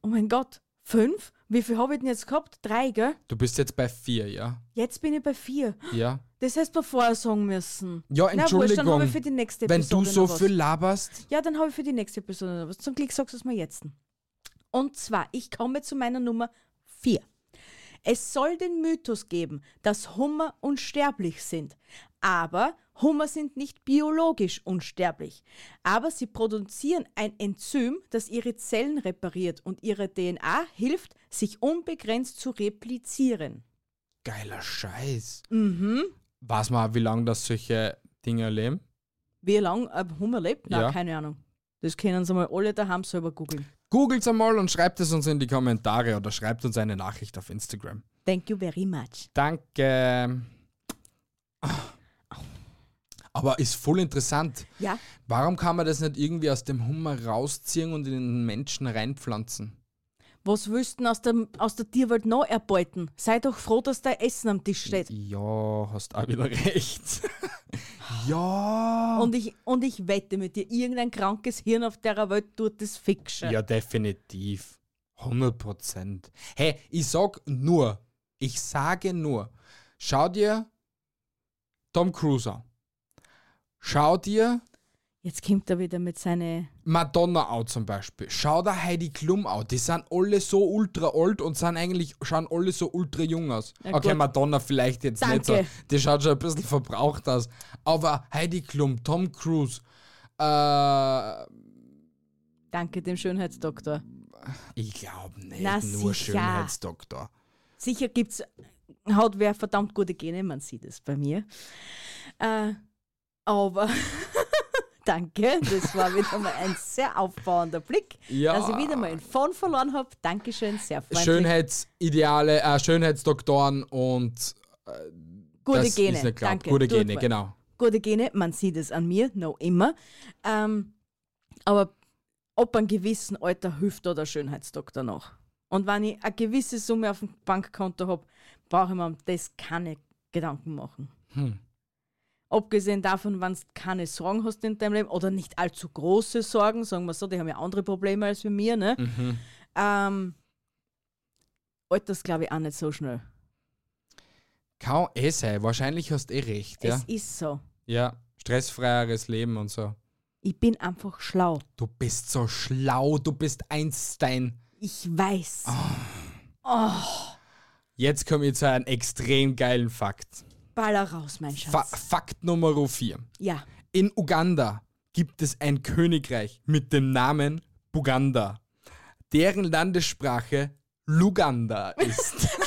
[SPEAKER 2] oh mein Gott, fünf? Wie viel habe ich denn jetzt gehabt? Drei, gell?
[SPEAKER 1] Du bist jetzt bei vier, ja?
[SPEAKER 2] Jetzt bin ich bei vier.
[SPEAKER 1] Ja.
[SPEAKER 2] Das hättest du mir vorher sagen müssen.
[SPEAKER 1] Ja,
[SPEAKER 2] Na wurscht, dann habe ich für
[SPEAKER 1] Entschuldigung.
[SPEAKER 2] die nächste
[SPEAKER 1] Wenn
[SPEAKER 2] Episode
[SPEAKER 1] du so
[SPEAKER 2] noch was.
[SPEAKER 1] viel laberst.
[SPEAKER 2] Ja, dann habe ich für die nächste Episode noch was. Zum Glück sagst du es mir jetzt. Und zwar, ich komme zu meiner Nummer 4. Es soll den Mythos geben, dass Hummer unsterblich sind. Aber Hummer sind nicht biologisch unsterblich. Aber sie produzieren ein Enzym, das ihre Zellen repariert und ihre DNA hilft, sich unbegrenzt zu replizieren.
[SPEAKER 1] Geiler Scheiß.
[SPEAKER 2] Mhm.
[SPEAKER 1] Weiß man, auch, wie lange das solche Dinge leben?
[SPEAKER 2] Wie lange ein Hummer lebt? Na,
[SPEAKER 1] Ja.
[SPEAKER 2] keine Ahnung. Das können sie mal alle daheim selber googeln.
[SPEAKER 1] Googelt einmal und schreibt es uns in die Kommentare oder schreibt uns eine Nachricht auf Instagram.
[SPEAKER 2] Thank you very much.
[SPEAKER 1] Danke. Aber ist voll interessant.
[SPEAKER 2] Ja,
[SPEAKER 1] Warum kann man das nicht irgendwie aus dem Hummer rausziehen und in den Menschen reinpflanzen?
[SPEAKER 2] was willst du denn aus der, aus der Tierwelt noch erbeuten? Sei doch froh, dass dein Essen am Tisch steht.
[SPEAKER 1] Ja, hast auch wieder recht. ja.
[SPEAKER 2] Und ich, und ich wette mit dir, irgendein krankes Hirn auf der Welt tut das Fiction.
[SPEAKER 1] Ja, definitiv. 100 Prozent. Hey, ich sag nur, ich sage nur, schau dir Tom Cruise an. Schau dir
[SPEAKER 2] Jetzt kommt er wieder mit seine.
[SPEAKER 1] Madonna auch zum Beispiel. Schau da Heidi Klum auch. Die sind alle so ultra alt und sind eigentlich, schauen alle so ultra jung aus.
[SPEAKER 2] Ja,
[SPEAKER 1] okay,
[SPEAKER 2] gut.
[SPEAKER 1] Madonna vielleicht jetzt nicht so.
[SPEAKER 2] Danke.
[SPEAKER 1] Die schaut schon ein bisschen verbraucht aus. Aber Heidi Klum, Tom Cruise, äh,
[SPEAKER 2] Danke dem Schönheitsdoktor.
[SPEAKER 1] ich glaube nicht
[SPEAKER 2] Na,
[SPEAKER 1] nur
[SPEAKER 2] sicher.
[SPEAKER 1] Schönheitsdoktor.
[SPEAKER 2] Sicher gibt's. Hat wer verdammt gute Gene, man sieht es bei mir. Äh, aber. Danke, das war wieder mal ein sehr aufbauender Blick,
[SPEAKER 1] Ja.
[SPEAKER 2] dass ich Also wieder mal einen Phone verloren habe. Dankeschön, sehr freundlich.
[SPEAKER 1] Schönheitsideale, äh, Schönheitsdoktoren und
[SPEAKER 2] gute
[SPEAKER 1] das
[SPEAKER 2] Gene.
[SPEAKER 1] ist nicht klar.
[SPEAKER 2] Danke.
[SPEAKER 1] Gute
[SPEAKER 2] tut
[SPEAKER 1] Gene,
[SPEAKER 2] mal.
[SPEAKER 1] genau.
[SPEAKER 2] gute Gene, man sieht es an mir, noch immer. Ähm, aber ob ein gewissen Alter hilft oder Schönheitsdoktor noch. Und wenn ich eine gewisse Summe auf dem Bankkonto habe, brauche ich mir um das keine Gedanken machen.
[SPEAKER 1] Hm.
[SPEAKER 2] Abgesehen davon, wenn du keine Sorgen hast in deinem Leben oder nicht allzu große Sorgen, sagen wir so, die haben ja andere Probleme als wir mir, ne?
[SPEAKER 1] Mhm.
[SPEAKER 2] Ähm, Alters glaube ich auch nicht so schnell.
[SPEAKER 1] Kann eh sein, wahrscheinlich hast eh recht. Ja?
[SPEAKER 2] Es ist so.
[SPEAKER 1] ja, stressfreieres Leben und so.
[SPEAKER 2] Ich bin einfach schlau.
[SPEAKER 1] Du bist so schlau, du bist Einstein.
[SPEAKER 2] Ich weiß.
[SPEAKER 1] Jetzt komme ich zu einem extrem geilen Fakt.
[SPEAKER 2] Baller raus, mein Schatz.
[SPEAKER 1] Fa Fakt Nummer 4.
[SPEAKER 2] ja.
[SPEAKER 1] In Uganda gibt es ein Königreich mit dem Namen Buganda, deren Landessprache Luganda ist.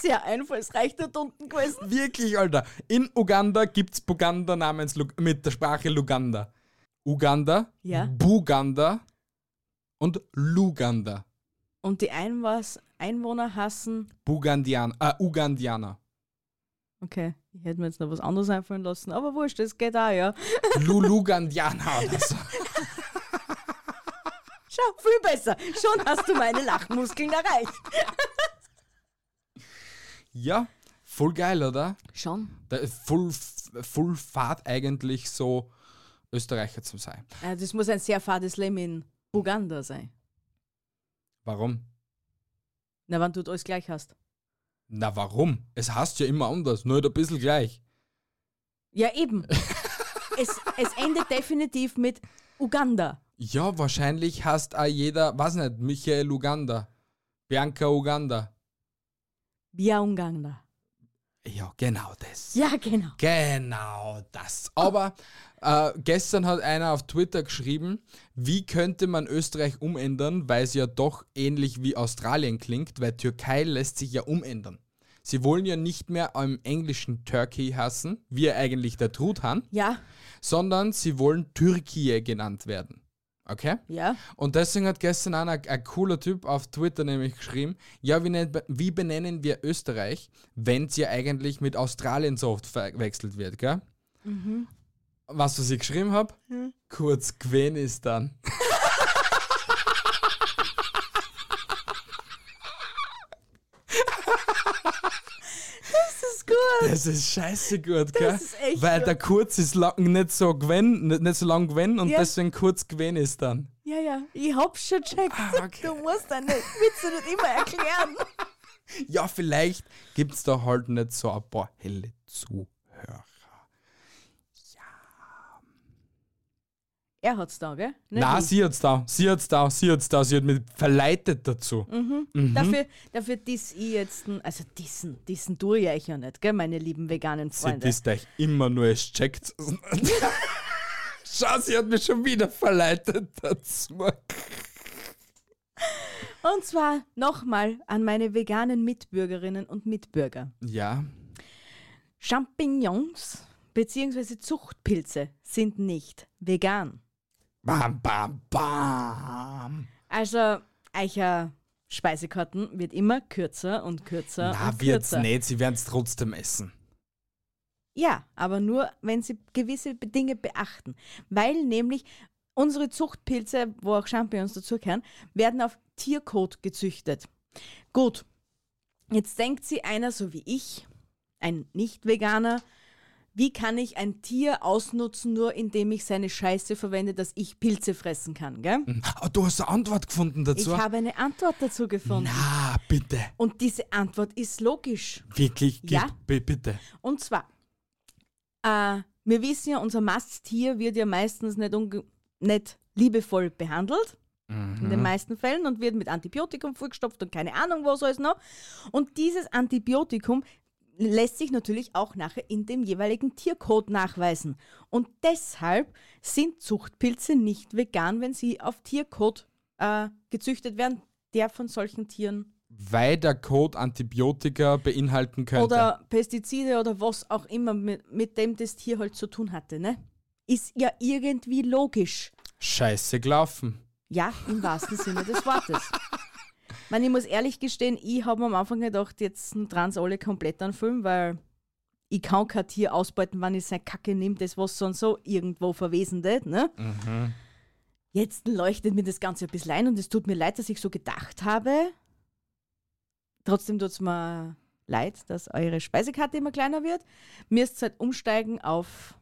[SPEAKER 2] sehr einfallsreich dort unten gewesen.
[SPEAKER 1] Wirklich, Alter. In Uganda gibt es Buganda namens Lug mit der Sprache Luganda. Uganda,
[SPEAKER 2] Ja.
[SPEAKER 1] Buganda und Luganda.
[SPEAKER 2] Und die Einwas Einwohner hassen.
[SPEAKER 1] Bugandian äh, Ugandianer.
[SPEAKER 2] Okay, ich hätte mir jetzt noch was anderes einfallen lassen, aber wurscht, das geht auch, ja.
[SPEAKER 1] Lulugandianer oder so.
[SPEAKER 2] Schau, viel besser. Schon hast du meine Lachmuskeln erreicht.
[SPEAKER 1] Ja, voll geil, oder?
[SPEAKER 2] Schon.
[SPEAKER 1] Da ist voll, voll Fahrt eigentlich so Österreicher zu sein.
[SPEAKER 2] Äh, Das muss ein sehr fades Leben in Uganda sein.
[SPEAKER 1] Warum?
[SPEAKER 2] Na, wann du alles gleich hast.
[SPEAKER 1] Na warum? Es heißt ja immer anders, nur halt ein bisschen gleich.
[SPEAKER 2] Ja, eben. es, es endet definitiv mit Uganda.
[SPEAKER 1] Ja, wahrscheinlich heißt auch jeder, weiß nicht, Michael Uganda, Bianca Uganda.
[SPEAKER 2] Via Uganda.
[SPEAKER 1] Ja, genau das.
[SPEAKER 2] Ja, genau.
[SPEAKER 1] Genau das. Aber äh, gestern hat einer auf Twitter geschrieben, wie könnte man Österreich umändern, weil es ja doch ähnlich wie Australien klingt, weil Türkei lässt sich ja umändern. Sie wollen ja nicht mehr im englischen Turkey hassen, wie er eigentlich der Truthahn,
[SPEAKER 2] Ja,
[SPEAKER 1] sondern sie wollen Türkei genannt werden. Okay?
[SPEAKER 2] ja.
[SPEAKER 1] Und deswegen hat gestern einer, ein cooler Typ auf Twitter nämlich geschrieben, ja, wie, nennt, wie benennen wir Österreich, wenn es ja eigentlich mit Australien so oft verwechselt wird, gell?
[SPEAKER 2] Mhm.
[SPEAKER 1] Was, was ich geschrieben habe? Kurz Gwen ist dann.
[SPEAKER 2] Das ist gut.
[SPEAKER 1] Das ist scheiße gut, gell?
[SPEAKER 2] ist echt
[SPEAKER 1] Weil
[SPEAKER 2] gut.
[SPEAKER 1] der Kurz ist lang, nicht so Gwen, nicht, nicht so lang Gwen und
[SPEAKER 2] Ja.
[SPEAKER 1] deswegen kurz Gwen ist dann.
[SPEAKER 2] Ja, ja. Ich hab's schon checkt.
[SPEAKER 1] Ah, okay.
[SPEAKER 2] Du musst deine Witze nicht immer erklären.
[SPEAKER 1] Ja, vielleicht gibt es da halt nicht so ein paar helle Zuhörer.
[SPEAKER 2] Er hat's da, gell? Nicht
[SPEAKER 1] Na,
[SPEAKER 2] ich.
[SPEAKER 1] sie hat's da, sie hat's da, sie hat's da, sie hat mich verleitet dazu. mhm.
[SPEAKER 2] Dafür, dafür diss ich jetzt, n- also dissen, dissen tue ich euch ja nicht, gell, meine lieben veganen
[SPEAKER 1] Sie
[SPEAKER 2] Freunde.
[SPEAKER 1] ist euch immer nur, es checkt. Schau, sie hat mich schon wieder verleitet dazu.
[SPEAKER 2] Und zwar nochmal an meine veganen Mitbürgerinnen und Mitbürger.
[SPEAKER 1] Ja,
[SPEAKER 2] Champignons bzw. Zuchtpilze sind nicht vegan.
[SPEAKER 1] Bam, bam, bam.
[SPEAKER 2] Also, eicher Speisekarten wird immer kürzer und kürzer.
[SPEAKER 1] Na,
[SPEAKER 2] und
[SPEAKER 1] wird's
[SPEAKER 2] kürzer.
[SPEAKER 1] nicht, sie werden's trotzdem essen.
[SPEAKER 2] Ja, aber nur, wenn sie gewisse Be- Dinge beachten. Weil nämlich unsere Zuchtpilze, wo auch Champignons dazugehören, werden auf Tierkot gezüchtet. Gut, jetzt denkt sie einer so wie ich, ein Nicht-Veganer, wie kann ich ein Tier ausnutzen, nur indem ich seine Scheiße verwende, dass ich Pilze fressen kann, gell?
[SPEAKER 1] Ah, du hast eine Antwort gefunden
[SPEAKER 2] Ich
[SPEAKER 1] dazu.
[SPEAKER 2] habe eine Antwort dazu gefunden.
[SPEAKER 1] Na, bitte.
[SPEAKER 2] Und diese Antwort ist logisch.
[SPEAKER 1] Wirklich, gib,
[SPEAKER 2] Ja?
[SPEAKER 1] bi- bitte.
[SPEAKER 2] Und zwar, äh, wir wissen ja, unser Masttier wird ja meistens nicht, unge- nicht liebevoll behandelt. In den meisten Fällen und wird mit Antibiotikum vollgestopft und keine Ahnung, was alles noch. Und dieses Antibiotikum lässt sich natürlich auch nachher in dem jeweiligen Tiercode nachweisen. Und deshalb sind Zuchtpilze nicht vegan, wenn sie auf Tiercode äh, gezüchtet werden, der von solchen Tieren
[SPEAKER 1] Weil der Code Antibiotika beinhalten könnte.
[SPEAKER 2] oder Pestizide oder was auch immer, mit, mit dem das Tier halt zu tun hatte, ne? Ist ja irgendwie logisch.
[SPEAKER 1] Scheiße gelaufen.
[SPEAKER 2] Ja, im wahrsten Sinne des Wortes. Man, ich muss ehrlich gestehen, ich habe am Anfang gedacht, jetzt trans alle komplett anfüllen, weil ich kann kein Tier ausbeuten, wenn ich seine Kacke nehme, das was sonst so irgendwo verwesendet, ne? Jetzt leuchtet mir das Ganze ein bisschen ein und es tut mir leid, dass ich so gedacht habe. Trotzdem tut es mir leid, dass eure Speisekarte immer kleiner wird. Mir ist halt umsteigen auf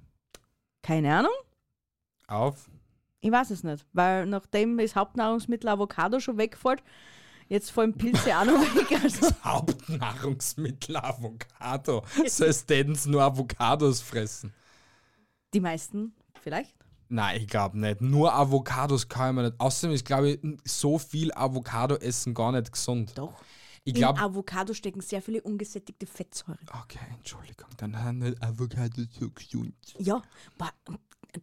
[SPEAKER 2] keine Ahnung.
[SPEAKER 1] Auf.
[SPEAKER 2] Ich weiß es nicht, weil nachdem das Hauptnahrungsmittel Avocado schon wegfällt, jetzt fallen Pilze auch noch weg. Also,
[SPEAKER 1] Hauptnahrungsmittel Avocado. Sollst denn nur Avocados fressen?
[SPEAKER 2] die meisten vielleicht.
[SPEAKER 1] Nein, ich glaube nicht. Nur Avocados kann man nicht. Außerdem ist, glaube ich, so viel Avocado essen gar nicht gesund.
[SPEAKER 2] Doch.
[SPEAKER 1] Ich
[SPEAKER 2] In
[SPEAKER 1] glaube.
[SPEAKER 2] Avocado stecken sehr viele ungesättigte Fettsäuren.
[SPEAKER 1] Okay, Entschuldigung. Dann haben nicht Avocados so gesund.
[SPEAKER 2] Ja, boah,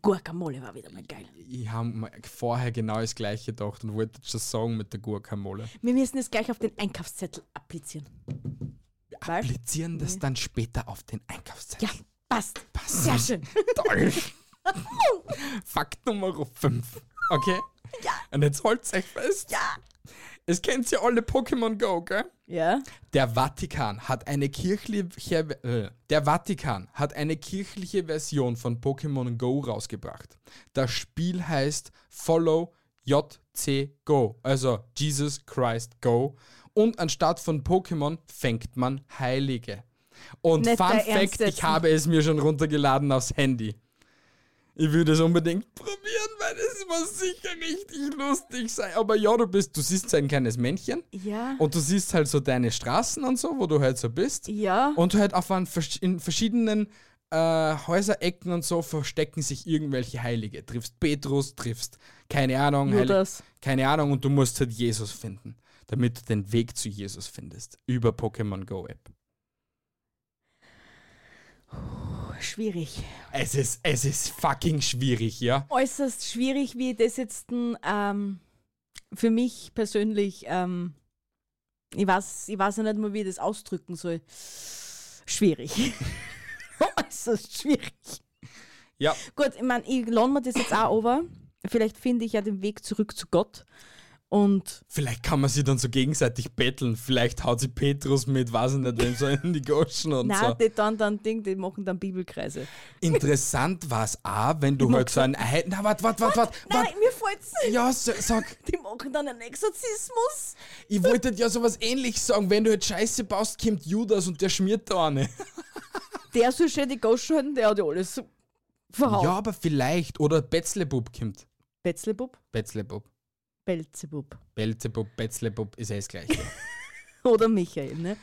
[SPEAKER 2] Guacamole war wieder mal geil.
[SPEAKER 1] Ich habe mir vorher genau das gleiche gedacht und wollte schon sagen mit der Guacamole.
[SPEAKER 2] Wir müssen es gleich auf den Einkaufszettel applizieren. Weil,
[SPEAKER 1] Applizieren das dann später auf den
[SPEAKER 2] ja,
[SPEAKER 1] Einkaufszettel.
[SPEAKER 2] passt. Sehr schön.
[SPEAKER 1] Toll. Fakt Nummer 5. Okay? Ja. Und jetzt holt's euch fest. Ja. Es kennt ja alle Pokémon Go, gell?
[SPEAKER 2] Ja.
[SPEAKER 1] Der Vatikan hat eine kirchliche äh, Der Vatikan hat eine kirchliche Version von Pokémon Go rausgebracht. Das Spiel heißt Follow JC Go, also Jesus Christ Go und anstatt von Pokémon fängt man Heilige. Und
[SPEAKER 2] Nicht
[SPEAKER 1] Fun
[SPEAKER 2] dein Ernst
[SPEAKER 1] Fact, ich
[SPEAKER 2] jetzt.
[SPEAKER 1] habe es mir schon runtergeladen aufs Handy. Ich würde es unbedingt probieren, weil es immer sicher richtig lustig sei. Aber ja, du bist, du siehst ein kleines Männchen.
[SPEAKER 2] Ja.
[SPEAKER 1] Und du siehst halt so deine Straßen und so, wo du halt so bist.
[SPEAKER 2] ja.
[SPEAKER 1] Und halt auf an, versch- in verschiedenen äh, Häuserecken und so verstecken sich irgendwelche Heilige. Triffst Petrus, triffst, keine Ahnung,
[SPEAKER 2] Nur
[SPEAKER 1] Heilig-
[SPEAKER 2] das.
[SPEAKER 1] keine Ahnung, und du musst halt Jesus finden, damit du den Weg zu Jesus findest. Über Pokémon Go App.
[SPEAKER 2] Schwierig.
[SPEAKER 1] Es ist, es ist fucking schwierig, ja?
[SPEAKER 2] äußerst schwierig, wie ich das jetzt ähm, für mich persönlich, ähm, ich, weiß, ich weiß ja nicht mal, wie ich das ausdrücken soll. Schwierig. äußerst schwierig.
[SPEAKER 1] Ja.
[SPEAKER 2] Gut, ich meine, ich lade mir das jetzt auch over. Vielleicht finde ich ja den Weg zurück zu Gott. Und
[SPEAKER 1] Vielleicht kann man sie dann so gegenseitig betteln. Vielleicht haut sie Petrus mit, weiß ich nicht, wem so in die Goschen und
[SPEAKER 2] na,
[SPEAKER 1] so.
[SPEAKER 2] die dann dann Ding, die machen dann Bibelkreise.
[SPEAKER 1] Interessant war es auch, wenn du halt so ein Ei. Na, warte, warte, warte, warte.
[SPEAKER 2] Nein,
[SPEAKER 1] warte.
[SPEAKER 2] mir fällt's.
[SPEAKER 1] Ja, so, sag,
[SPEAKER 2] Die machen dann einen Exorzismus.
[SPEAKER 1] ich wollte ja sowas ähnliches sagen. Wenn du halt Scheiße baust, kommt Judas und der schmiert da eine.
[SPEAKER 2] Der soll schön die Goschen halten, der hat ja alles verhauen.
[SPEAKER 1] Ja, aber vielleicht. Oder Betzlebub kommt.
[SPEAKER 2] Betzlebub,
[SPEAKER 1] Betzlebub.
[SPEAKER 2] Belzebub.
[SPEAKER 1] Belzebub, Betzlebub ist eh das Gleiche.
[SPEAKER 2] Oder Michael, ne?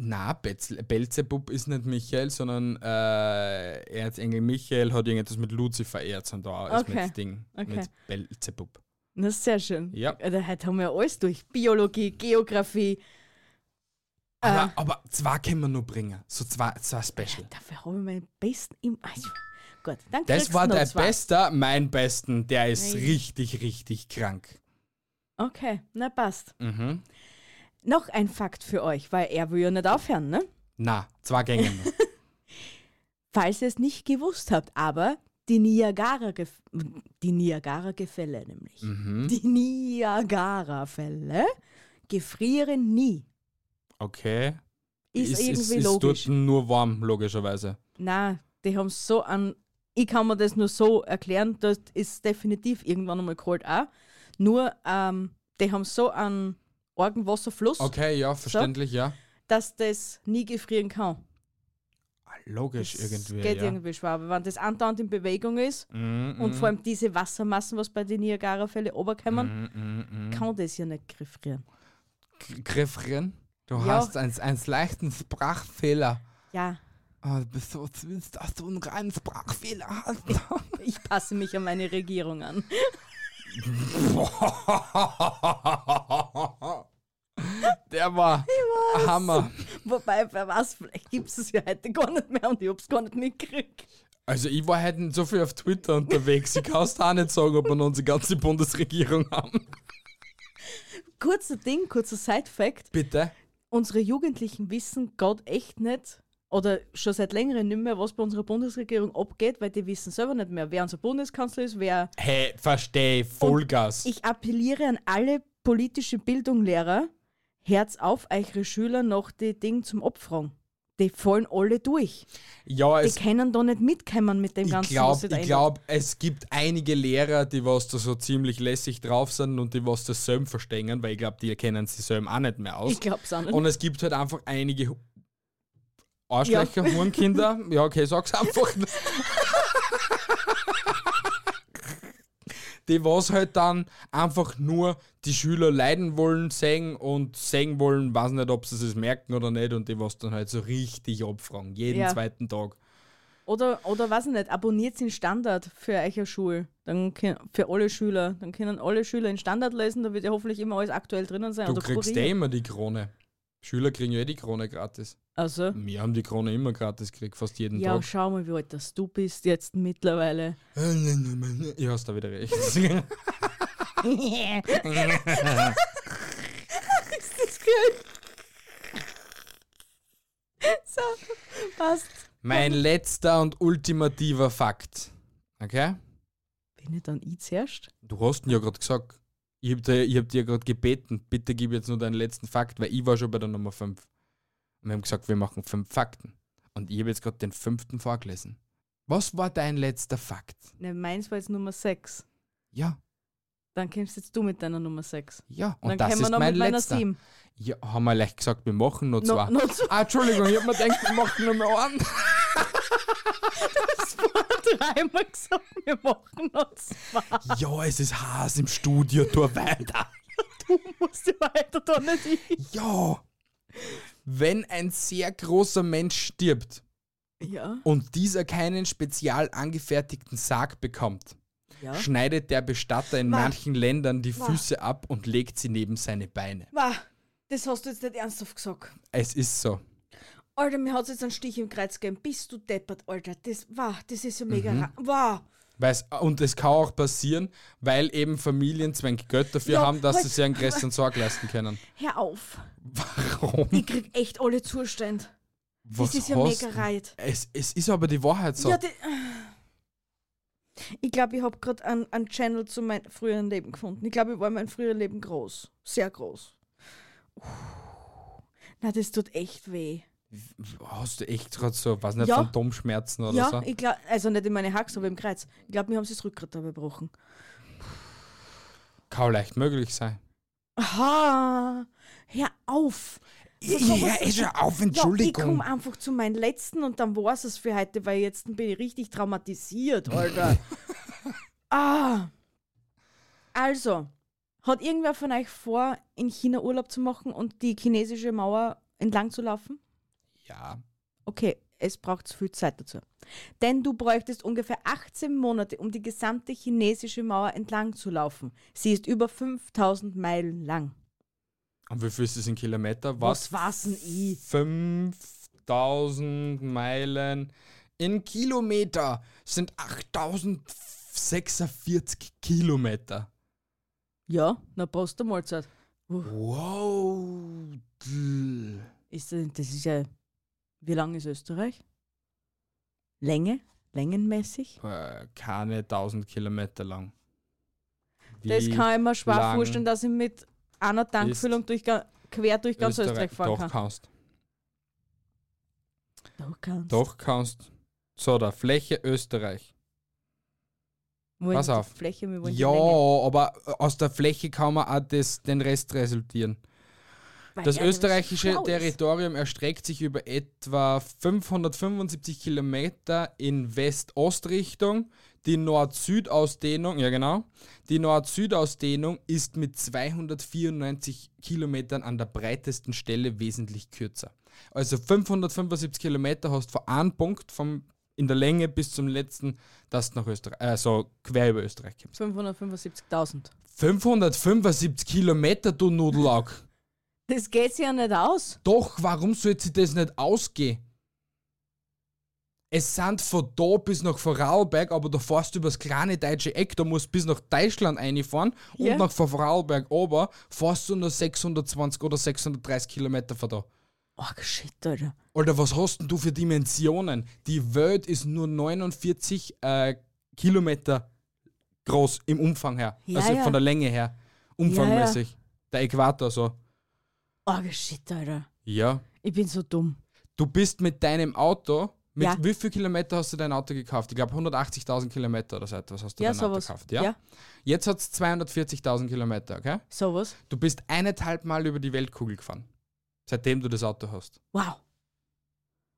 [SPEAKER 1] Na, Betzle, Belzebub ist nicht Michael, sondern äh, Erzengel Michael hat irgendetwas mit Luzifer erz und da ist
[SPEAKER 2] Okay.
[SPEAKER 1] mit Ding.
[SPEAKER 2] Okay.
[SPEAKER 1] Mit Belzebub.
[SPEAKER 2] Na, sehr schön.
[SPEAKER 1] Ja.
[SPEAKER 2] Alter, heute haben wir alles durch. Biologie, Geografie. Äh,
[SPEAKER 1] Aber, aber zwei können wir nur bringen. So zwei, zwei Special.
[SPEAKER 2] Dafür habe ich meinen besten im. Ach, Gut, dann
[SPEAKER 1] Das
[SPEAKER 2] kriegst
[SPEAKER 1] war
[SPEAKER 2] du noch
[SPEAKER 1] der
[SPEAKER 2] zwei.
[SPEAKER 1] Beste, mein Besten. Der ist
[SPEAKER 2] Nein.
[SPEAKER 1] richtig, richtig krank.
[SPEAKER 2] Okay, na passt.
[SPEAKER 1] Mhm.
[SPEAKER 2] Noch ein Fakt für euch, weil er will ja nicht aufhören, ne?
[SPEAKER 1] Na, zwei Gänge. noch.
[SPEAKER 2] Falls ihr es nicht gewusst habt, aber die Niagara, die Niagara Gefälle nämlich.
[SPEAKER 1] Mhm.
[SPEAKER 2] Die Niagara Fälle gefrieren nie.
[SPEAKER 1] Okay.
[SPEAKER 2] Ist,
[SPEAKER 1] ist,
[SPEAKER 2] irgendwie
[SPEAKER 1] ist
[SPEAKER 2] logisch.
[SPEAKER 1] dort nur warm, logischerweise.
[SPEAKER 2] Na, die haben so an. Ich kann mir das nur so erklären, das ist definitiv irgendwann einmal kalt auch. Nur, ähm, die haben so einen argen Wasserfluss,
[SPEAKER 1] Okay, ja, verständlich, ja.
[SPEAKER 2] dass das nie gefrieren kann.
[SPEAKER 1] Ah, Logisch
[SPEAKER 2] Das
[SPEAKER 1] irgendwie.
[SPEAKER 2] geht
[SPEAKER 1] ja.
[SPEAKER 2] irgendwie schwer. Aber wenn das andauernd in Bewegung ist
[SPEAKER 1] Mm,
[SPEAKER 2] und
[SPEAKER 1] mm,
[SPEAKER 2] vor allem diese Wassermassen, was bei den Niagara-Fällen runterkommen,
[SPEAKER 1] mm, mm, mm.
[SPEAKER 2] kann das ja nicht gefrieren.
[SPEAKER 1] G- Griffrin, du
[SPEAKER 2] Ja.
[SPEAKER 1] hast einen, einen leichten Sprachfehler.
[SPEAKER 2] Ja,
[SPEAKER 1] Ah, du bist so süß, dass du einen reinen Sprachfehler hast.
[SPEAKER 2] ich passe mich an meine Regierung an.
[SPEAKER 1] Der war Hammer.
[SPEAKER 2] Wobei, wer weiß, vielleicht gibt es es ja heute gar nicht mehr und ich hab's gar nicht mitgekriegt.
[SPEAKER 1] Also ich war heute nicht so viel auf Twitter unterwegs. Ich kann es da auch nicht sagen, ob wir noch unsere ganze Bundesregierung haben.
[SPEAKER 2] Kurzer Ding, kurzer Side-Fact.
[SPEAKER 1] Bitte?
[SPEAKER 2] Unsere Jugendlichen wissen Gott echt nicht oder schon seit längerem nicht mehr, was bei unserer Bundesregierung abgeht, weil die wissen selber nicht mehr, wer unser Bundeskanzler ist, wer.
[SPEAKER 1] Hey, verstehe, Vollgas.
[SPEAKER 2] Ich appelliere an alle politische Bildunglehrer, Herz auf, eure Schüler noch die Dinge zum Opfern. Die fallen alle durch.
[SPEAKER 1] ja,
[SPEAKER 2] Die
[SPEAKER 1] es
[SPEAKER 2] können da nicht mitkommen mit dem
[SPEAKER 1] ich
[SPEAKER 2] Ganzen, was
[SPEAKER 1] glaube,
[SPEAKER 2] sie da
[SPEAKER 1] ich
[SPEAKER 2] ändern.
[SPEAKER 1] glaub, es gibt einige Lehrer, die was da so ziemlich lässig drauf sind und die was das Söm verstehen, weil ich glaube, die kennen sie Söm auch nicht mehr aus.
[SPEAKER 2] Ich glaub's auch nicht.
[SPEAKER 1] Und es gibt halt einfach einige Hu- Arschlöcher,
[SPEAKER 2] Ja.
[SPEAKER 1] Hurenkinder. Ja, okay, sag's einfach. die was halt dann einfach nur die Schüler leiden wollen, sehen und sehen wollen, weiß nicht, ob sie es merken oder nicht und die was dann halt so richtig abfragen, jeden
[SPEAKER 2] Ja.
[SPEAKER 1] zweiten Tag.
[SPEAKER 2] Oder, oder weiß ich nicht, abonniert den Standard für eure Schule. Dann kö- für alle Schüler. Dann können alle Schüler den Standard lesen, da wird ja hoffentlich immer alles aktuell drinnen sein.
[SPEAKER 1] Du
[SPEAKER 2] oder
[SPEAKER 1] kriegst
[SPEAKER 2] kurier.
[SPEAKER 1] eh immer die Krone. Schüler kriegen ja eh die Krone gratis.
[SPEAKER 2] Also,
[SPEAKER 1] Wir haben die Krone immer gratis gekriegt, fast jeden
[SPEAKER 2] ja,
[SPEAKER 1] Tag.
[SPEAKER 2] schau mal, wie alt das du bist jetzt mittlerweile.
[SPEAKER 1] Ja, hast da wieder recht. Ist
[SPEAKER 2] das gut? so, passt.
[SPEAKER 1] Mein letzter und ultimativer Fakt. Okay?
[SPEAKER 2] Bin ich dann ich zuerst?
[SPEAKER 1] Du hast ihn ja gerade gesagt. Ich hab dir, ich hab dir gerade gebeten, bitte gib jetzt nur deinen letzten Fakt, weil ich war schon bei der Nummer 5. Und wir haben gesagt, wir machen fünf Fakten. Und ich habe jetzt gerade den fünften vorgelesen. Was war dein letzter Fakt?
[SPEAKER 2] Ne, meins war jetzt Nummer 6.
[SPEAKER 1] Ja,
[SPEAKER 2] Dann kommst jetzt du mit deiner Nummer 6.
[SPEAKER 1] ja. Und
[SPEAKER 2] dann
[SPEAKER 1] das
[SPEAKER 2] kommen wir
[SPEAKER 1] ist
[SPEAKER 2] noch
[SPEAKER 1] mein
[SPEAKER 2] mit meiner
[SPEAKER 1] letzter.
[SPEAKER 2] 7.
[SPEAKER 1] Ja, haben wir leicht gesagt, wir machen noch zwei.
[SPEAKER 2] No, no, so
[SPEAKER 1] Ah, Entschuldigung, ich hab mir gedacht, wir machen nur mehr einen.
[SPEAKER 2] dreimal gesagt, wir machen noch zwei.
[SPEAKER 1] Ja, es ist Haas im Studio, tu weiter.
[SPEAKER 2] Du musst ja weiter da nicht hin.
[SPEAKER 1] Ja. Wenn ein sehr großer Mensch stirbt
[SPEAKER 2] Ja.
[SPEAKER 1] und dieser keinen spezial angefertigten Sarg bekommt,
[SPEAKER 2] Ja.
[SPEAKER 1] schneidet der Bestatter in
[SPEAKER 2] Ma.
[SPEAKER 1] manchen Ländern die
[SPEAKER 2] Ma.
[SPEAKER 1] Füße ab und legt sie neben seine Beine.
[SPEAKER 2] Ma, das hast du jetzt nicht ernsthaft gesagt.
[SPEAKER 1] Es ist so.
[SPEAKER 2] Alter, mir hat jetzt einen Stich im Kreuz gegeben. Bist du deppert, Alter. Das, wow, das ist ja mega
[SPEAKER 1] Mhm.
[SPEAKER 2] ra- Wow.
[SPEAKER 1] Weil's, und es kann auch passieren, weil eben Familienzwänge Geld dafür
[SPEAKER 2] Ja, halt.
[SPEAKER 1] haben, dass
[SPEAKER 2] weil-
[SPEAKER 1] sie sich einen größeren Sorg leisten können.
[SPEAKER 2] Hör auf.
[SPEAKER 1] Warum?
[SPEAKER 2] Ich krieg echt alle Zustände.
[SPEAKER 1] Was
[SPEAKER 2] das ist ja
[SPEAKER 1] hast
[SPEAKER 2] mega
[SPEAKER 1] du?
[SPEAKER 2] reit.
[SPEAKER 1] Es, es ist aber die Wahrheit so.
[SPEAKER 2] Ja, die, ich glaube, ich habe gerade einen, einen Channel zu meinem früheren Leben gefunden. Ich glaube, ich war mein früheres Leben groß. Sehr groß. Na, das tut echt weh.
[SPEAKER 1] Hast du echt gerade so, weiß nicht,
[SPEAKER 2] Ja.
[SPEAKER 1] Phantomschmerzen oder
[SPEAKER 2] ja,
[SPEAKER 1] so?
[SPEAKER 2] ich glaube, also nicht in meine Haxe, aber im Kreuz. Ich glaube, mir haben sie das Rückgrat dabei gebrochen.
[SPEAKER 1] Kann leicht möglich sein.
[SPEAKER 2] Aha, hör auf.
[SPEAKER 1] Ja, ist ja auf,
[SPEAKER 2] Ja, ich
[SPEAKER 1] Entschuldigung.
[SPEAKER 2] komme einfach zu meinem letzten und dann war es für heute, weil jetzt bin ich richtig traumatisiert, Alter. ah. Also, hat irgendwer von euch vor, in China Urlaub zu machen und die chinesische Mauer entlang zu laufen?
[SPEAKER 1] Ja,
[SPEAKER 2] Okay, es braucht zu viel Zeit dazu. Denn du bräuchtest ungefähr 18 Monate, um die gesamte chinesische Mauer entlang zu laufen. Sie ist über 5000 Meilen lang.
[SPEAKER 1] und wie viel ist das in Kilometer?
[SPEAKER 2] Was war's denn ich?
[SPEAKER 1] 5000 Meilen in Kilometer sind 8046 Kilometer.
[SPEAKER 2] Ja, na Prost der Mahlzeit.
[SPEAKER 1] Wow. dl.
[SPEAKER 2] Ist das, das ist ja. Wie lang ist Österreich? Länge? Längenmäßig?
[SPEAKER 1] Äh, keine 1000 Kilometer lang.
[SPEAKER 2] das
[SPEAKER 1] Die
[SPEAKER 2] kann ich mir schwer
[SPEAKER 1] lang
[SPEAKER 2] vorstellen, dass ich mit einer Tankfüllung durch, ga- quer durch ganz Österreich,
[SPEAKER 1] doch
[SPEAKER 2] fahren kann.
[SPEAKER 1] kannst.
[SPEAKER 2] Doch, kannst.
[SPEAKER 1] Doch kannst. So, da Fläche Österreich.
[SPEAKER 2] Wir wollen
[SPEAKER 1] pass
[SPEAKER 2] die
[SPEAKER 1] auf.
[SPEAKER 2] Fläche, wir wollen die
[SPEAKER 1] Ja,
[SPEAKER 2] Länge.
[SPEAKER 1] aber äh, aus der Fläche kann man auch das, den Rest resultieren.
[SPEAKER 2] Weil
[SPEAKER 1] Das
[SPEAKER 2] ja, weil
[SPEAKER 1] österreichische
[SPEAKER 2] schlau ist.
[SPEAKER 1] Territorium erstreckt sich über etwa 575 Kilometer in West-Ost-Richtung. Die Nord-Süd-Ausdehnung, ja genau, die Nord-Süd-Ausdehnung ist mit 294 Kilometern an der breitesten Stelle wesentlich kürzer. Also 575 Kilometer hast von einem Punkt vom, in der Länge bis zum letzten, dass du nach Österreich, also quer über Österreich kommst.
[SPEAKER 2] 575.000.
[SPEAKER 1] 575 Kilometer, du Nudelaug!
[SPEAKER 2] Das geht sich ja nicht aus.
[SPEAKER 1] Doch, warum sollte sie das nicht ausgehen? Es sind von da bis nach Vorarlberg, aber da fährst du über das kleine deutsche Eck, da musst du bis nach Deutschland einfahren
[SPEAKER 2] Ja.
[SPEAKER 1] und nach Vorarlberg ober fährst du nur 620 oder 630 Kilometer von da.
[SPEAKER 2] Oh, shit, Alter.
[SPEAKER 1] Alter, was hast denn du für Dimensionen? Die Welt ist nur 49 äh, Kilometer groß im Umfang her,
[SPEAKER 2] Ja,
[SPEAKER 1] also
[SPEAKER 2] ja.
[SPEAKER 1] von der Länge her, umfangmäßig. Der Äquator so.
[SPEAKER 2] Oh, shit, Alter.
[SPEAKER 1] Ja,
[SPEAKER 2] Ich bin so dumm.
[SPEAKER 1] Du bist mit deinem Auto, mit
[SPEAKER 2] Ja.
[SPEAKER 1] wie viel Kilometer hast du dein Auto gekauft? Ich glaube 180.000 Kilometer oder so etwas hast du
[SPEAKER 2] ja,
[SPEAKER 1] dein Auto
[SPEAKER 2] sowas.
[SPEAKER 1] gekauft. Ja? Jetzt hat es 240.000 Kilometer, okay?
[SPEAKER 2] sowas.
[SPEAKER 1] Du bist eineinhalb Mal über die Weltkugel gefahren, seitdem du das Auto hast.
[SPEAKER 2] Wow.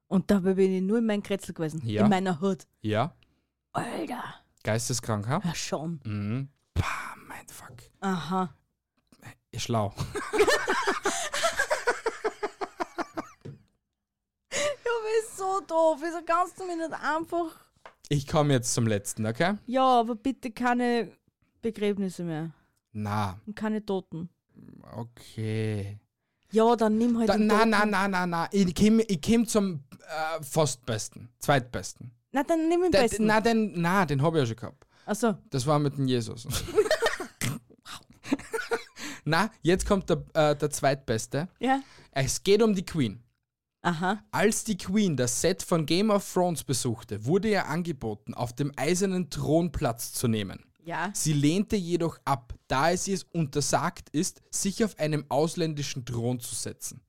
[SPEAKER 2] Und dabei bin ich nur in meinem Kretzel gewesen.
[SPEAKER 1] Ja.
[SPEAKER 2] In meiner Hut.
[SPEAKER 1] Ja?
[SPEAKER 2] Alter.
[SPEAKER 1] Geisteskrank, ha?
[SPEAKER 2] Ja, schon.
[SPEAKER 1] Mhm. Pah, mein Fuck.
[SPEAKER 2] Aha.
[SPEAKER 1] Ist schlau.
[SPEAKER 2] Du bist so doof. Wieso kannst du mir nicht einfach.
[SPEAKER 1] Ich komme jetzt zum letzten, okay?
[SPEAKER 2] Ja, aber bitte keine Begräbnisse mehr.
[SPEAKER 1] Na,
[SPEAKER 2] Und keine Toten.
[SPEAKER 1] okay.
[SPEAKER 2] Ja, dann nimm halt.
[SPEAKER 1] Da,
[SPEAKER 2] den
[SPEAKER 1] na,
[SPEAKER 2] Toten.
[SPEAKER 1] na, na, na, na. Ich komme ich komm zum äh, fast besten, zweitbesten.
[SPEAKER 2] Na, dann nimm ihn
[SPEAKER 1] Da,
[SPEAKER 2] besten.
[SPEAKER 1] na, den, na, den habe ich ja schon gehabt.
[SPEAKER 2] Achso.
[SPEAKER 1] Das war mit dem Jesus. Na, jetzt kommt der, äh, der zweitbeste.
[SPEAKER 2] Ja.
[SPEAKER 1] Es geht um die Queen.
[SPEAKER 2] Aha.
[SPEAKER 1] Als die Queen das Set von Game of Thrones besuchte, wurde ihr angeboten, auf dem eisernen Thron Platz zu nehmen.
[SPEAKER 2] Ja.
[SPEAKER 1] Sie lehnte jedoch ab, da es ihr untersagt ist, sich auf einem ausländischen Thron zu setzen.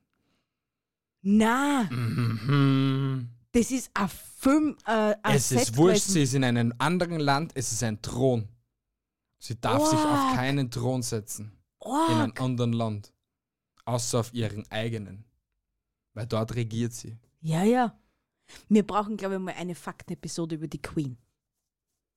[SPEAKER 2] Na,
[SPEAKER 1] Mhm.
[SPEAKER 2] das ist ein Film. Äh, ein
[SPEAKER 1] Es
[SPEAKER 2] Set
[SPEAKER 1] ist wurscht,
[SPEAKER 2] gewesen.
[SPEAKER 1] sie ist in einem anderen Land, es ist ein Thron. Sie darf sich auf
[SPEAKER 2] What?
[SPEAKER 1] keinen Thron setzen.
[SPEAKER 2] Oh,
[SPEAKER 1] in einem
[SPEAKER 2] Org.
[SPEAKER 1] anderen Land. Außer auf ihren eigenen. Weil dort regiert sie.
[SPEAKER 2] Ja, ja. Wir brauchen, glaube ich, mal eine Faktenepisode über die Queen.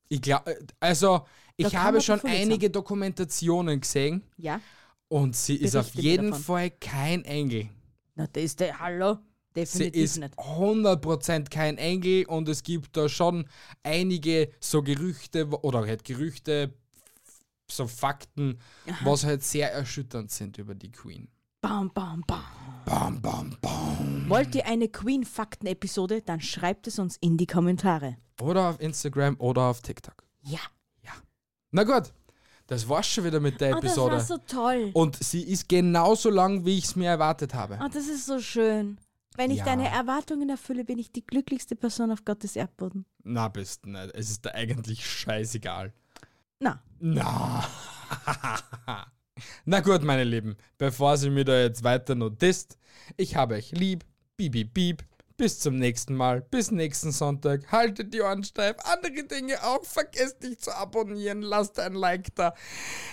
[SPEAKER 1] Ich glaube, also, ich
[SPEAKER 2] kann
[SPEAKER 1] habe
[SPEAKER 2] man
[SPEAKER 1] schon
[SPEAKER 2] davon lesen.
[SPEAKER 1] einige Dokumentationen gesehen
[SPEAKER 2] Ja.
[SPEAKER 1] und sie ist auf
[SPEAKER 2] Berichte mir
[SPEAKER 1] jeden
[SPEAKER 2] davon.
[SPEAKER 1] Fall kein Engel.
[SPEAKER 2] Na, das ist der Hallo.
[SPEAKER 1] Sie
[SPEAKER 2] Definitiv
[SPEAKER 1] ist
[SPEAKER 2] nicht.
[SPEAKER 1] 100% kein Engel und es gibt da schon einige so Gerüchte wo- oder halt Gerüchte, so Fakten, was halt sehr erschütternd sind über die Queen.
[SPEAKER 2] Bam, bam, bam.
[SPEAKER 1] Bam, bam, bam.
[SPEAKER 2] Wollt ihr eine Queen-Fakten-Episode? Dann schreibt es uns in die Kommentare.
[SPEAKER 1] Oder auf Instagram oder auf TikTok.
[SPEAKER 2] Ja.
[SPEAKER 1] Na gut, das war's schon wieder mit
[SPEAKER 2] Ah,
[SPEAKER 1] der
[SPEAKER 2] Oh,
[SPEAKER 1] Episode. Oh.
[SPEAKER 2] toll.
[SPEAKER 1] und sie ist genauso lang, wie ich es mir erwartet habe.
[SPEAKER 2] Oh, das ist so schön. Wenn ich
[SPEAKER 1] Ja.
[SPEAKER 2] deine Erwartungen erfülle, bin ich die glücklichste Person auf Gottes Erdboden.
[SPEAKER 1] Na, bist nicht. Es ist da eigentlich scheißegal.
[SPEAKER 2] Na,
[SPEAKER 1] Na. Na gut, meine Lieben, bevor sie mir da jetzt weiter notist, ich habe euch lieb. Bieb, bieb, bieb. Bis zum nächsten Mal, bis nächsten Sonntag. Haltet die Ohren steif, andere Dinge auch. Vergesst nicht zu abonnieren, lasst ein Like da,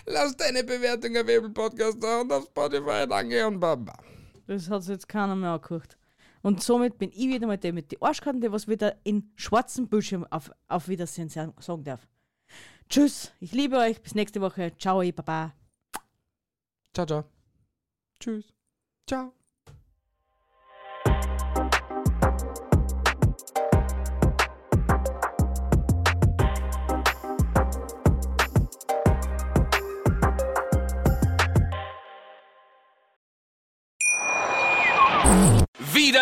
[SPEAKER 1] lasst eine Bewertung auf Apple Podcast da und auf Spotify. Danke und baba.
[SPEAKER 2] das hat jetzt keiner mehr angeguckt. Und somit bin ich wieder mal der mit den Arschkarten, der was wieder in schwarzen Bildschirm auf, auf Wiedersehen sa- sagen darf. Tschüss, ich liebe euch, bis nächste Woche. Ciao, ihr Baba.
[SPEAKER 1] Ciao, ciao. Tschüss. Ciao.
[SPEAKER 3] Wieder